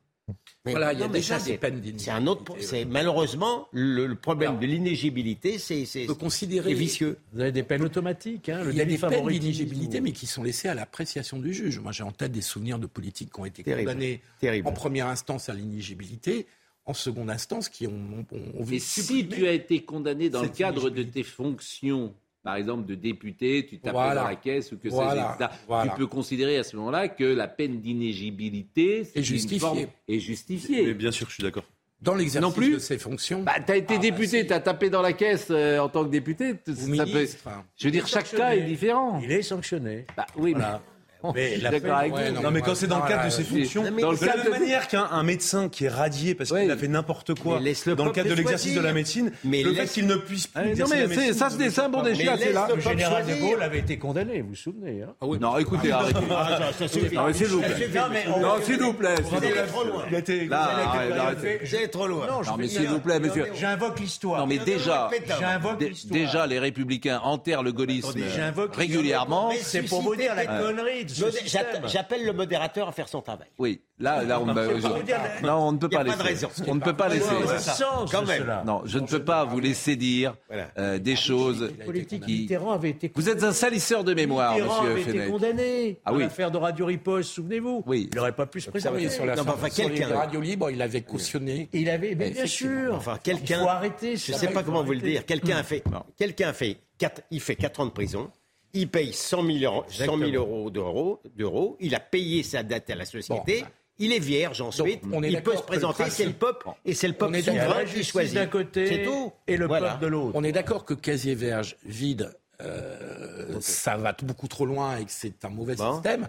[SPEAKER 5] Mais
[SPEAKER 3] Voilà, il y a
[SPEAKER 5] non, mais
[SPEAKER 3] déjà
[SPEAKER 5] ça,
[SPEAKER 3] des
[SPEAKER 5] c'est-
[SPEAKER 3] peines
[SPEAKER 5] C'est un autre. pro- C'est malheureusement le, le problème de l'inéligibilité, c'est c'est c'est vicieux.
[SPEAKER 2] Vous avez des peines automatiques. hein, le
[SPEAKER 3] Il y a
[SPEAKER 2] délit
[SPEAKER 3] des peines
[SPEAKER 2] favori.
[SPEAKER 3] d'inéligibilité, mais qui sont laissées à l'appréciation du juge. Moi, j'ai en tête des souvenirs de politiques qui ont été
[SPEAKER 5] Terrible.
[SPEAKER 3] condamnés
[SPEAKER 5] Terrible.
[SPEAKER 3] en première instance à l'inéligibilité, en seconde instance, qui ont, ont, ont vu
[SPEAKER 1] Et si tu as été condamné dans le cadre de tes fonctions, par exemple de député, tu tapes
[SPEAKER 3] Voilà.
[SPEAKER 1] dans la caisse ou que
[SPEAKER 3] Voilà.
[SPEAKER 1] sais-je, etc.,
[SPEAKER 3] Voilà.
[SPEAKER 1] tu peux considérer à ce moment-là que la peine d'inéligibilité c'est une
[SPEAKER 3] justifiée.
[SPEAKER 1] forme- est justifiée.
[SPEAKER 8] bien sûr je suis d'accord
[SPEAKER 3] dans l'exercice
[SPEAKER 1] Non plus
[SPEAKER 3] de ses fonctions. Ah,
[SPEAKER 1] Bah, t'as été député, t'as tapé dans la caisse euh, en tant que député. t-
[SPEAKER 3] Ou
[SPEAKER 1] ça peut-
[SPEAKER 3] ministre, hein.
[SPEAKER 1] Je veux dire, chaque cas est différent.
[SPEAKER 2] Il est sanctionné.
[SPEAKER 1] Bah, oui,
[SPEAKER 2] Voilà.
[SPEAKER 1] mais.
[SPEAKER 2] Mais
[SPEAKER 1] Je suis
[SPEAKER 2] la
[SPEAKER 1] d'accord
[SPEAKER 2] peine-
[SPEAKER 1] avec
[SPEAKER 2] Ouais,
[SPEAKER 1] vous.
[SPEAKER 8] Non, mais quand c'est dans le cadre de ses fonctions,
[SPEAKER 1] Non, mais
[SPEAKER 8] dans
[SPEAKER 1] dans
[SPEAKER 8] le
[SPEAKER 1] le
[SPEAKER 8] de la
[SPEAKER 1] cadre
[SPEAKER 8] même
[SPEAKER 1] de-
[SPEAKER 8] manière qu'un un médecin qui est radié parce qu'il a fait n'importe quoi
[SPEAKER 5] Mais laisse le
[SPEAKER 8] dans le
[SPEAKER 5] peuple
[SPEAKER 8] cadre de l'exercice
[SPEAKER 5] choisir.
[SPEAKER 8] de la médecine,
[SPEAKER 5] Mais
[SPEAKER 8] le fait
[SPEAKER 5] laisse-
[SPEAKER 8] qu'il ne puisse plus.
[SPEAKER 1] Ah, non,
[SPEAKER 8] exercer
[SPEAKER 1] mais
[SPEAKER 8] la
[SPEAKER 1] c'est-
[SPEAKER 8] médecine,
[SPEAKER 1] ça,
[SPEAKER 8] ne
[SPEAKER 1] c'est-
[SPEAKER 8] le
[SPEAKER 1] ça, bon,
[SPEAKER 8] fait pas.
[SPEAKER 1] déjà,
[SPEAKER 8] Mais
[SPEAKER 1] c'est
[SPEAKER 8] laisse
[SPEAKER 1] là. Ah
[SPEAKER 8] le
[SPEAKER 2] Le
[SPEAKER 8] peuple
[SPEAKER 2] général de
[SPEAKER 8] choisir.
[SPEAKER 2] Gaulle avait été condamné, vous vous souvenez. hein
[SPEAKER 1] Non, écoutez, arrêtez.
[SPEAKER 5] Ah, ça suffit.
[SPEAKER 1] Non, mais s'il vous plaît.
[SPEAKER 5] Ça suffit, mais on-
[SPEAKER 1] Non, s'il vous plaît.
[SPEAKER 5] Vous allez trop loin.
[SPEAKER 8] Il a été-
[SPEAKER 1] Là,
[SPEAKER 5] Vous allez
[SPEAKER 1] arrête,
[SPEAKER 5] trop loin.
[SPEAKER 1] arrêtez.
[SPEAKER 5] Ah, Vous allez trop loin.
[SPEAKER 1] Non, mais s'il vous plaît, monsieur.
[SPEAKER 2] J'invoque l'histoire.
[SPEAKER 1] Non, mais
[SPEAKER 5] Donnez-moi
[SPEAKER 1] déjà,
[SPEAKER 5] le pétard. J'invoque
[SPEAKER 1] dé-
[SPEAKER 2] l'histoire.
[SPEAKER 1] déjà, les républicains enterrent le gaullisme
[SPEAKER 2] Attendez, j'invoque-
[SPEAKER 1] régulièrement.
[SPEAKER 2] C'est pour vous dire la
[SPEAKER 1] Euh,
[SPEAKER 2] connerie de de ce système.
[SPEAKER 5] J'appelle le modérateur à faire son travail.
[SPEAKER 1] Oui, là, là on, ne-
[SPEAKER 5] C'est pas-
[SPEAKER 1] je-
[SPEAKER 5] je veux dire, la-
[SPEAKER 1] non, on ne peut
[SPEAKER 5] y a
[SPEAKER 1] pas
[SPEAKER 5] pas de
[SPEAKER 1] laisser.
[SPEAKER 5] raison.
[SPEAKER 1] On ne peut pas
[SPEAKER 5] Ouais,
[SPEAKER 1] laisser.
[SPEAKER 5] ouais, c'est ça. Quand
[SPEAKER 1] Quand
[SPEAKER 5] même.
[SPEAKER 1] même. Non, je ne peux pas vous laisser dire euh,
[SPEAKER 2] Ah,
[SPEAKER 1] des choses
[SPEAKER 2] politique,
[SPEAKER 1] qui.
[SPEAKER 2] Mitterrand avait été
[SPEAKER 1] Vous êtes un salisseur de mémoire,
[SPEAKER 2] Mitterrand
[SPEAKER 1] Monsieur
[SPEAKER 2] avait été
[SPEAKER 1] Fenech.
[SPEAKER 2] condamné
[SPEAKER 1] Ah
[SPEAKER 2] dans
[SPEAKER 1] oui.
[SPEAKER 2] l'affaire de Radio Riposte, souvenez-vous.
[SPEAKER 1] Oui.
[SPEAKER 2] Il n'aurait pas pu se présenter.
[SPEAKER 3] sur la
[SPEAKER 2] Non, mais enfin, quelqu'un.
[SPEAKER 3] Radio Libre, il avait cautionné.
[SPEAKER 2] Il
[SPEAKER 1] Eh
[SPEAKER 2] avait,
[SPEAKER 1] ben,
[SPEAKER 2] mais bien
[SPEAKER 5] Effectivement.
[SPEAKER 2] sûr.
[SPEAKER 5] Enfin, quelqu'un.
[SPEAKER 2] Il faut arrêter.
[SPEAKER 5] Je
[SPEAKER 2] ça,
[SPEAKER 5] ne sais
[SPEAKER 2] il
[SPEAKER 5] pas
[SPEAKER 2] faut
[SPEAKER 5] comment vous le
[SPEAKER 2] arrêter.
[SPEAKER 5] dire. Quelqu'un
[SPEAKER 3] Hum.
[SPEAKER 5] a
[SPEAKER 1] Hum.
[SPEAKER 5] fait. Quelqu'un a fait. Quatre, il fait 4 ans de prison. Il paye 100 000 euros, 100 000 euros d'euros- d'euros. Il a payé sa dette à la société. il est vierge ensuite.
[SPEAKER 3] bah. on est
[SPEAKER 5] il peut
[SPEAKER 3] d'accord
[SPEAKER 5] se
[SPEAKER 3] que
[SPEAKER 5] présenter.
[SPEAKER 3] le
[SPEAKER 5] C'est le peuple. Et c'est le
[SPEAKER 3] On
[SPEAKER 5] peuple
[SPEAKER 3] est d'accord.
[SPEAKER 5] souverain
[SPEAKER 3] La
[SPEAKER 5] qui
[SPEAKER 3] justice
[SPEAKER 5] choisit.
[SPEAKER 3] d'un côté
[SPEAKER 5] C'est tout.
[SPEAKER 3] et le
[SPEAKER 5] Voilà.
[SPEAKER 3] peuple de On est d'accord que casier verge vide, euh, ça va t- beaucoup trop loin et que c'est un mauvais système.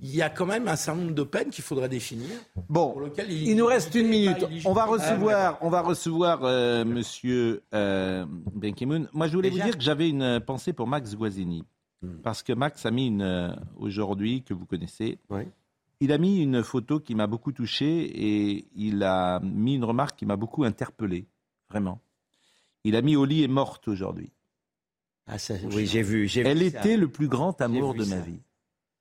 [SPEAKER 3] Il y a quand même un certain nombre de peines qu'il faudrait définir.
[SPEAKER 1] Bon,
[SPEAKER 3] pour lequel
[SPEAKER 1] il nous reste une minute. On va recevoir,
[SPEAKER 3] Ah,
[SPEAKER 1] on va recevoir euh, Monsieur euh, Ben Ki-moon. Moi, je voulais
[SPEAKER 3] Déjà
[SPEAKER 1] vous dire que j'avais une euh, pensée pour Max Guazzini,
[SPEAKER 5] Hmm.
[SPEAKER 1] parce que Max a mis une euh, aujourd'hui que vous connaissez. Il a mis une photo qui m'a beaucoup touché et il a mis une remarque qui m'a beaucoup interpellé, vraiment. Il a mis Oli est morte aujourd'hui.
[SPEAKER 5] Ah, ça, oui, j'ai vu. j'ai vu
[SPEAKER 1] Elle
[SPEAKER 5] ça.
[SPEAKER 1] était le plus grand amour
[SPEAKER 5] vu
[SPEAKER 1] de ma
[SPEAKER 5] ça.
[SPEAKER 1] vie.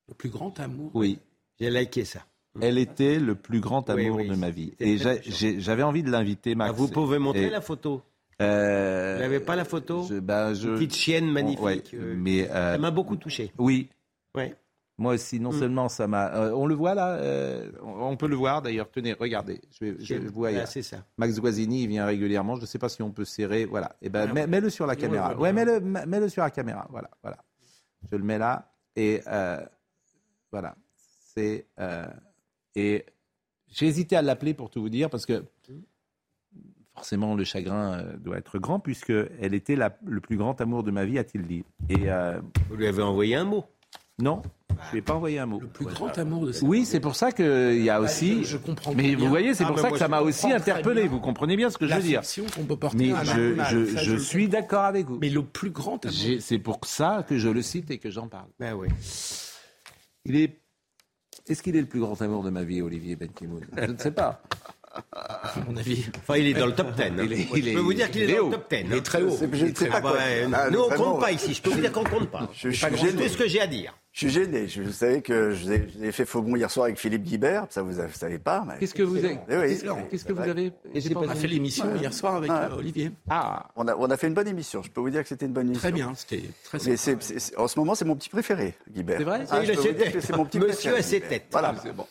[SPEAKER 3] Le plus grand amour.
[SPEAKER 1] Oui.
[SPEAKER 5] J'ai liké ça.
[SPEAKER 1] Elle était le plus grand
[SPEAKER 5] Oui,
[SPEAKER 1] amour
[SPEAKER 5] oui,
[SPEAKER 1] de ma vie.
[SPEAKER 5] c'était
[SPEAKER 1] Et
[SPEAKER 5] très Ah,
[SPEAKER 1] j'a- j'ai- j'avais envie de l'inviter, Max.
[SPEAKER 5] vous pouvez montrer
[SPEAKER 1] Et-
[SPEAKER 5] la photo.
[SPEAKER 1] Euh,
[SPEAKER 5] Vous n'avez pas la photo
[SPEAKER 1] je- bah, je-
[SPEAKER 5] Une petite chienne magnifique.
[SPEAKER 1] Ouais,
[SPEAKER 5] euh,
[SPEAKER 1] mais, euh,
[SPEAKER 5] ça m'a beaucoup touché.
[SPEAKER 1] Oui.
[SPEAKER 5] Ouais.
[SPEAKER 1] Moi aussi, non
[SPEAKER 5] Mm.
[SPEAKER 1] seulement ça m'a. euh, on le voit là euh, on, on peut le voir d'ailleurs. Tenez, regardez. Je, vais- je
[SPEAKER 5] Chienne.
[SPEAKER 1] le vois
[SPEAKER 5] Voilà,
[SPEAKER 1] hier.
[SPEAKER 5] c'est ça.
[SPEAKER 1] Max Guazzini, il vient régulièrement. Je ne sais pas si on peut serrer. Voilà. Et ben,
[SPEAKER 5] Ah,
[SPEAKER 1] mets-
[SPEAKER 5] ouais.
[SPEAKER 1] mets-le sur la
[SPEAKER 5] Et on le
[SPEAKER 1] caméra.
[SPEAKER 5] voit
[SPEAKER 1] Ouais, mets-le, mets-le sur la caméra. Voilà, voilà. Je le mets là. Et euh, voilà. C'est euh, et j'ai hésité à l'appeler pour tout vous dire parce que forcément le chagrin euh, doit être grand puisque elle était la- le plus grand amour de ma vie, a-t-il dit. Et euh,
[SPEAKER 5] vous lui avez envoyé un mot
[SPEAKER 1] Non, je lui ai pas envoyé un mot. Le plus
[SPEAKER 3] grand amour de sa Ah,
[SPEAKER 1] Oui, c'est pour ça que il y a aussi.
[SPEAKER 3] je comprends
[SPEAKER 1] Mais
[SPEAKER 3] très
[SPEAKER 1] vous
[SPEAKER 3] bien.
[SPEAKER 1] voyez, c'est
[SPEAKER 3] Ah,
[SPEAKER 1] pour
[SPEAKER 3] mais
[SPEAKER 1] ça
[SPEAKER 3] moi,
[SPEAKER 1] que ça
[SPEAKER 3] je
[SPEAKER 1] m'a aussi
[SPEAKER 3] comprends très
[SPEAKER 1] interpellé.
[SPEAKER 3] bien
[SPEAKER 1] Vous comprenez bien ce que je veux dire.
[SPEAKER 3] L'affection qu'on peut porter
[SPEAKER 1] Mais
[SPEAKER 3] à un
[SPEAKER 1] je,
[SPEAKER 3] animal,
[SPEAKER 1] je-
[SPEAKER 3] ça,
[SPEAKER 1] je
[SPEAKER 3] je le
[SPEAKER 1] suis d'accord avec vous.
[SPEAKER 3] Mais le plus grand
[SPEAKER 1] amour. C'est pour ça que je le cite et que j'en parle.
[SPEAKER 5] Ben oui.
[SPEAKER 1] Il est. Est-ce qu'il est le plus grand amour de ma vie, Olivier Benkemoun Je ne sais pas.
[SPEAKER 3] À mon avis.
[SPEAKER 5] Enfin, il est dans le top 10. hein.
[SPEAKER 1] Il est-
[SPEAKER 5] Moi,
[SPEAKER 1] il
[SPEAKER 5] je peux
[SPEAKER 1] est-
[SPEAKER 5] vous dire qu'il
[SPEAKER 1] il
[SPEAKER 5] est,
[SPEAKER 1] est
[SPEAKER 5] dans
[SPEAKER 1] haut.
[SPEAKER 5] le top 10.
[SPEAKER 1] Il est
[SPEAKER 5] hein.
[SPEAKER 1] très haut.
[SPEAKER 5] C'est-
[SPEAKER 1] Je ne sais
[SPEAKER 5] c'est-
[SPEAKER 1] pas
[SPEAKER 5] bah,
[SPEAKER 1] quoi.
[SPEAKER 5] euh,
[SPEAKER 23] Ah,
[SPEAKER 5] nous, on
[SPEAKER 23] vraiment,
[SPEAKER 5] compte pas ici. Je peux vous dire qu'on compte pas.
[SPEAKER 23] Je suis
[SPEAKER 5] C'est pas
[SPEAKER 23] gêné.
[SPEAKER 5] tout ce que j'ai à dire.
[SPEAKER 23] Je suis gêné. Je, vous savez que je vous ai, je vous ai fait faux bon hier soir avec Philippe Guibert. Ça, vous ne savez pas. mais-
[SPEAKER 1] Qu'est-ce que vous avez
[SPEAKER 23] Eh oui,
[SPEAKER 1] qu'est-ce-
[SPEAKER 23] c'est-
[SPEAKER 1] Qu'est-ce que
[SPEAKER 23] c'est
[SPEAKER 1] vous
[SPEAKER 23] vrai.
[SPEAKER 1] avez J'ai pas
[SPEAKER 3] On a
[SPEAKER 1] entendu.
[SPEAKER 3] fait l'émission
[SPEAKER 1] Ouais.
[SPEAKER 3] hier soir avec
[SPEAKER 23] Ah.
[SPEAKER 3] euh, Olivier.
[SPEAKER 1] Ah.
[SPEAKER 23] On a, on a fait une bonne émission. Je peux vous dire que c'était une bonne émission.
[SPEAKER 3] Très bien, c'était très
[SPEAKER 23] Mais c'est- c'est- c'est- en ce moment, c'est mon petit préféré, Guibert.
[SPEAKER 1] C'est vrai
[SPEAKER 23] Ah,
[SPEAKER 1] Il
[SPEAKER 23] je
[SPEAKER 1] a
[SPEAKER 23] peux
[SPEAKER 1] ses
[SPEAKER 23] vous dire que
[SPEAKER 1] têtes.
[SPEAKER 23] c'est mon petit
[SPEAKER 1] Monsieur
[SPEAKER 23] préféré,
[SPEAKER 1] a ses
[SPEAKER 23] Guibert.
[SPEAKER 1] têtes. Ah,
[SPEAKER 23] Voilà.
[SPEAKER 1] C'est bon.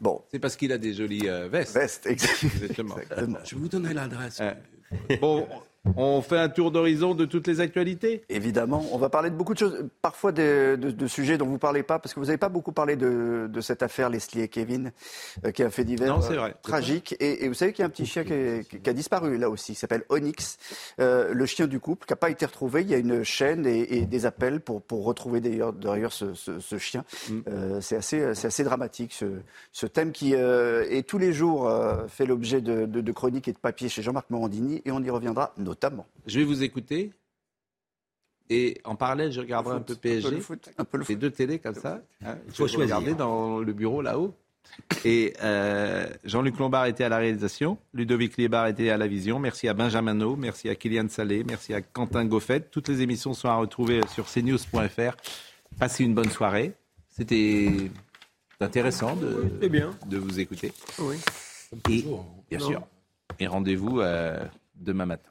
[SPEAKER 23] Bon.
[SPEAKER 1] C'est parce qu'il a des jolies euh, vestes.
[SPEAKER 23] Veste,
[SPEAKER 1] exactement. Euh,
[SPEAKER 3] Je vais vous donner l'adresse.
[SPEAKER 1] Bon, on fait un tour d'horizon de toutes les actualités
[SPEAKER 23] Évidemment, on va parler de beaucoup de choses, parfois de, de- de sujets dont vous ne parlez pas, parce que vous n'avez pas beaucoup parlé de, de cette affaire Leslie et Kevin, euh, qui a fait divers euh,
[SPEAKER 1] Non, c'est vrai.
[SPEAKER 23] tragique. Et, et vous savez qu'il y a un petit chien qui, est- qui a disparu là aussi, qui s'appelle Onyx, euh, le chien du couple, qui n'a pas été retrouvé. Il y a une chaîne et, et des appels pour, pour retrouver d'ailleurs d'ailleurs ce, ce- ce chien. Euh, c'est assez, c'est assez dramatique ce, ce thème qui euh, est tous les jours euh, fait l'objet de, de- de chroniques et de papiers chez Jean-Marc Morandini, et on y reviendra notamment.
[SPEAKER 1] Je vais vous écouter. Et en parallèle, je regarderai un peu PSG.
[SPEAKER 23] le foot, un peu le
[SPEAKER 1] Les deux télés comme ça. hein. Il
[SPEAKER 23] Faut
[SPEAKER 1] faut
[SPEAKER 23] choisir.
[SPEAKER 1] regarder dans le bureau là-haut. Et euh, Jean-Luc Lombard était à la réalisation, Ludovic Liebar était à la vision. Merci à Benjamin No, merci à Kylian Salé, merci à Quentin Goffet. Toutes les émissions sont à retrouver sur cnews.fr. Passez une bonne soirée. C'était intéressant de,
[SPEAKER 23] Eh
[SPEAKER 1] de vous écouter.
[SPEAKER 5] Oui.
[SPEAKER 1] Et, bien sûr. Et rendez-vous euh, demain matin.